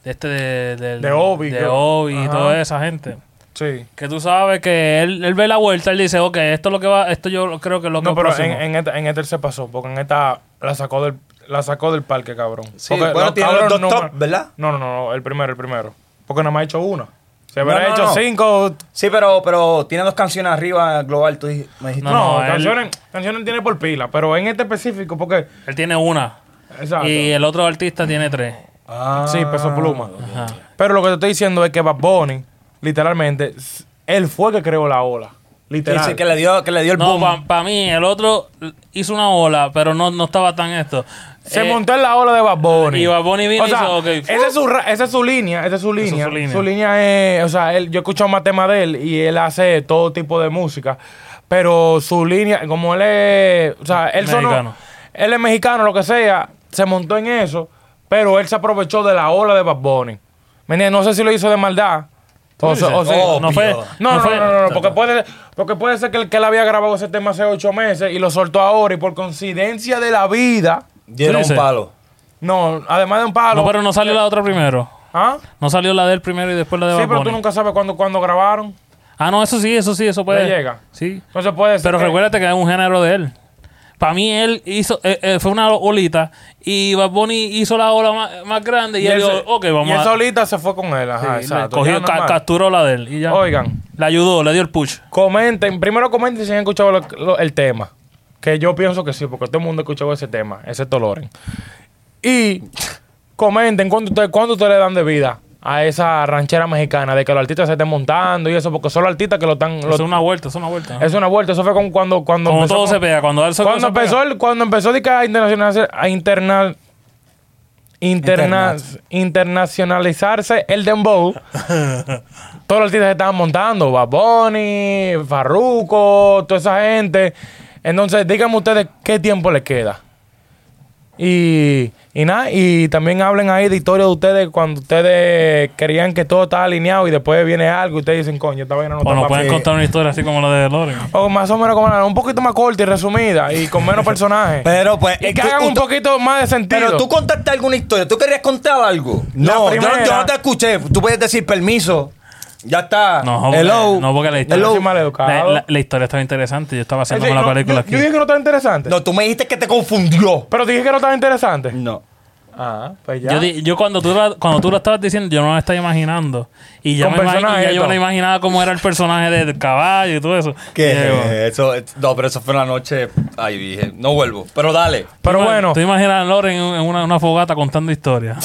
Speaker 5: de este de, del-
Speaker 1: De Obi,
Speaker 5: de
Speaker 1: creo.
Speaker 5: Obi y
Speaker 1: Ajá.
Speaker 5: toda esa gente.
Speaker 1: Sí.
Speaker 5: Que tú sabes que él, él ve la vuelta, él dice, ok, esto es lo que va, esto yo creo que es lo que
Speaker 1: No,
Speaker 5: es
Speaker 1: pero en,
Speaker 5: próximo".
Speaker 1: en esta, en esta él se pasó, porque en esta la sacó del, la sacó del parque, cabrón.
Speaker 2: Sí,
Speaker 1: Porque
Speaker 2: bueno, tiene
Speaker 1: cabrones
Speaker 2: los dos
Speaker 1: número-
Speaker 2: top, ¿verdad?
Speaker 1: No, no, no, no, el primero, el primero. Porque nada más ha hecho una. Se habrá
Speaker 2: no,
Speaker 1: hecho
Speaker 2: no.
Speaker 1: cinco.
Speaker 2: Sí, pero, pero tiene dos canciones arriba global, tú dij- me dijiste.
Speaker 1: No,
Speaker 5: No, no, eh. él-
Speaker 1: canciones, canciones tiene por pila, pero en este específico, porque.
Speaker 5: Él tiene una.
Speaker 1: Exacto.
Speaker 5: Y el otro artista tiene tres.
Speaker 2: Ah.
Speaker 1: Sí, peso pluma.
Speaker 5: Ajá.
Speaker 1: Pero lo que te estoy diciendo es que Bad Bunny, literalmente, s- él fue el que creó la ola.
Speaker 2: Sí,
Speaker 1: Literal.
Speaker 2: sí, que le dio, que le dio el
Speaker 5: No,
Speaker 2: boom.
Speaker 5: para mí, el otro hizo una ola, pero no, no estaba tan esto.
Speaker 1: Se
Speaker 5: Eh,
Speaker 1: montó en la ola de Bad Bunny.
Speaker 5: y Bad Bunny vino
Speaker 1: o
Speaker 5: y
Speaker 1: sea,
Speaker 5: hizo, ok, uh".
Speaker 1: esa, es su, ra- esa es su línea, esa es su línea.
Speaker 5: su línea.
Speaker 1: Su línea es, o sea, él, yo he escuchado más temas de él y él hace todo tipo de música. Pero su línea, como él es, o sea, él sonó-
Speaker 5: Mexicano.
Speaker 1: él es mexicano, lo que sea, se montó en eso, pero él se aprovechó de la ola de Bad Bunny. ¿Me entiendes? No sé si lo hizo de maldad. O, sea- o sea-
Speaker 2: Oh,
Speaker 5: no fue,
Speaker 2: Obvio.
Speaker 1: no, no,
Speaker 5: fue-
Speaker 1: no, no, no, porque puede, porque puede ser que, el, que él había grabado ese tema hace ocho meses y lo soltó ahora y por coincidencia de la vida,
Speaker 2: Dieron
Speaker 5: Sí,
Speaker 2: un
Speaker 5: sí.
Speaker 2: palo.
Speaker 1: no, además de un palo.
Speaker 5: No, pero no salió la otra primero.
Speaker 1: ¿Ah?
Speaker 5: No salió la del primero y después la de
Speaker 1: Sí,
Speaker 5: Bad
Speaker 1: pero tú
Speaker 5: Bunny.
Speaker 1: nunca sabes cuándo, cuándo grabaron.
Speaker 5: Ah, no, eso sí, eso sí, eso puede.
Speaker 1: Le llega. Pues, eh,
Speaker 5: Sí.
Speaker 1: Entonces puede ser.
Speaker 5: Pero
Speaker 1: que-
Speaker 5: recuérdate que es un género de él. Para mí, él hizo, eh, eh, fue una olita y Bad Bunny hizo la ola más, más grande y,
Speaker 1: Y
Speaker 5: él
Speaker 1: él
Speaker 5: dijo,
Speaker 1: se-
Speaker 5: ok,
Speaker 1: y él
Speaker 5: vamos a.
Speaker 1: solita se fue con él. Ajá,
Speaker 5: Sí, le
Speaker 1: exacto.
Speaker 5: cogió,
Speaker 1: Ya
Speaker 5: ca-
Speaker 1: normal.
Speaker 5: capturó la de él y ya.
Speaker 1: Oigan,
Speaker 5: La ayudó, le dio el push.
Speaker 1: comenten. Primero comenten si han escuchado lo- lo- el tema. Que yo pienso que sí, porque todo el mundo ha escuchado ese tema, excepto Loren. Y comenten cuánto ustedes cuánto ustedes le dan de vida a esa ranchera mexicana, de que los artistas se estén montando y eso, porque son los artistas que lo están... lo-
Speaker 5: Es una vuelta, es una vuelta. ¿no?
Speaker 1: es una vuelta, eso fue como cuando... cuando
Speaker 5: Como
Speaker 1: empezó
Speaker 5: todo
Speaker 1: con-
Speaker 5: se pega, cuando él
Speaker 1: cuando empezó el, cuando empezó de que a internacional a interna- interna- internacionalizarse el dembow todos los artistas se estaban montando Bad Bunny Farruko toda esa gente entonces díganme ustedes qué tiempo les queda y, y nada, y también hablen ahí de historia de ustedes cuando ustedes creían que todo estaba alineado y después viene algo y ustedes dicen, coño, esta vaina no
Speaker 5: O
Speaker 1: está
Speaker 5: nos
Speaker 1: pa'
Speaker 5: pueden
Speaker 1: mí".
Speaker 5: contar una historia así como la de Loren.
Speaker 1: O más o menos como la- un poquito más corta y resumida y con menos [laughs] personajes.
Speaker 2: Pero pues.
Speaker 1: Y
Speaker 2: es
Speaker 1: que hagan
Speaker 2: tú-
Speaker 1: un poquito más de sentido.
Speaker 2: Pero tú contaste alguna historia, tú querías contar algo. No, yo no,
Speaker 1: primera-
Speaker 2: yo no te escuché. Tú puedes decir permiso. Ya está.
Speaker 5: No, porque,
Speaker 2: Hello.
Speaker 5: no, porque la historia.
Speaker 1: Hello. Soy maleducado.
Speaker 5: La, la- la historia estaba interesante. Yo estaba
Speaker 1: Es
Speaker 5: haciendo
Speaker 1: decir,
Speaker 5: una
Speaker 1: no,
Speaker 5: película
Speaker 1: yo,
Speaker 5: aquí.
Speaker 1: yo dije que no estaba interesante.
Speaker 2: No, tú me dijiste que te confundió.
Speaker 1: Pero dije que no estaba interesante.
Speaker 2: No.
Speaker 1: Ah, pues ya.
Speaker 5: Yo, di- yo cuando tú la- cuando tú lo estabas diciendo, yo no la estaba imaginando. Y ya,
Speaker 1: Con
Speaker 5: me imagi-
Speaker 1: personaje,
Speaker 5: ya yo
Speaker 1: todo.
Speaker 5: me imaginaba cómo era el personaje del caballo y todo eso. Y digo,
Speaker 2: ¿Qué? Eso, es- no, pero eso fue una noche. Ay, dije, no vuelvo. Pero dale.
Speaker 1: pero
Speaker 5: tú ima-
Speaker 1: bueno,
Speaker 5: Tú imaginas a Loren en una, una fogata contando historias.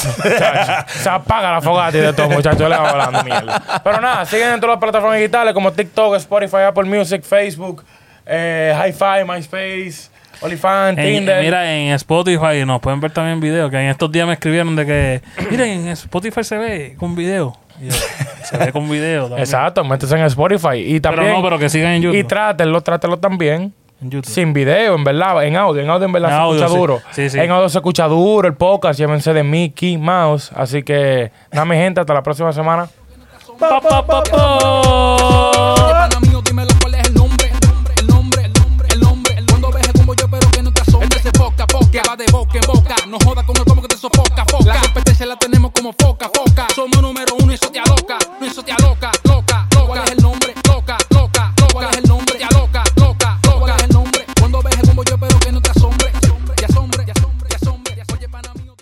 Speaker 1: [laughs] se apaga la fogata y de todo, muchachos. Le va hablando mierda. Pero nada, siguen en todas las plataformas digitales como TikTok, Spotify, Apple Music, Facebook. eh, Hi-Fi, MySpace, OnlyFans,
Speaker 5: En-
Speaker 1: Tinder.
Speaker 5: mira, en Spotify nos pueden ver también videos. Que en estos días me escribieron de que, miren, en Spotify se ve con video. Y yo, se ve con video. También.
Speaker 1: Exacto, métese en Spotify. Y
Speaker 5: Pero
Speaker 1: también,
Speaker 5: no, pero que sigan en YouTube.
Speaker 1: Y trátenlo, trátenlo también.
Speaker 5: en YouTube.
Speaker 1: Sin video, en verdad, en audio, en audio en verdad
Speaker 5: En
Speaker 1: se
Speaker 5: audio,
Speaker 1: escucha
Speaker 5: sí.
Speaker 1: duro.
Speaker 5: Sí, sí.
Speaker 1: En audio se escucha duro, el podcast, llévense de Mickey Mouse. Así que, nada, mi gente, hasta la próxima semana.
Speaker 5: Pa, pa, pa,
Speaker 3: Oye,
Speaker 5: pa.
Speaker 3: pana mío, dímelo cuál es el nombre. El nombre, el nombre, el nombre. Cuando veje como yo, espero que no te asombres. Este se foca, foca, va de boca en boca. No joda con el tomo que te sofoca, foca. La competencia la tenemos como foca, foca. Somos número uno y eso te aloca, no eso te aloca.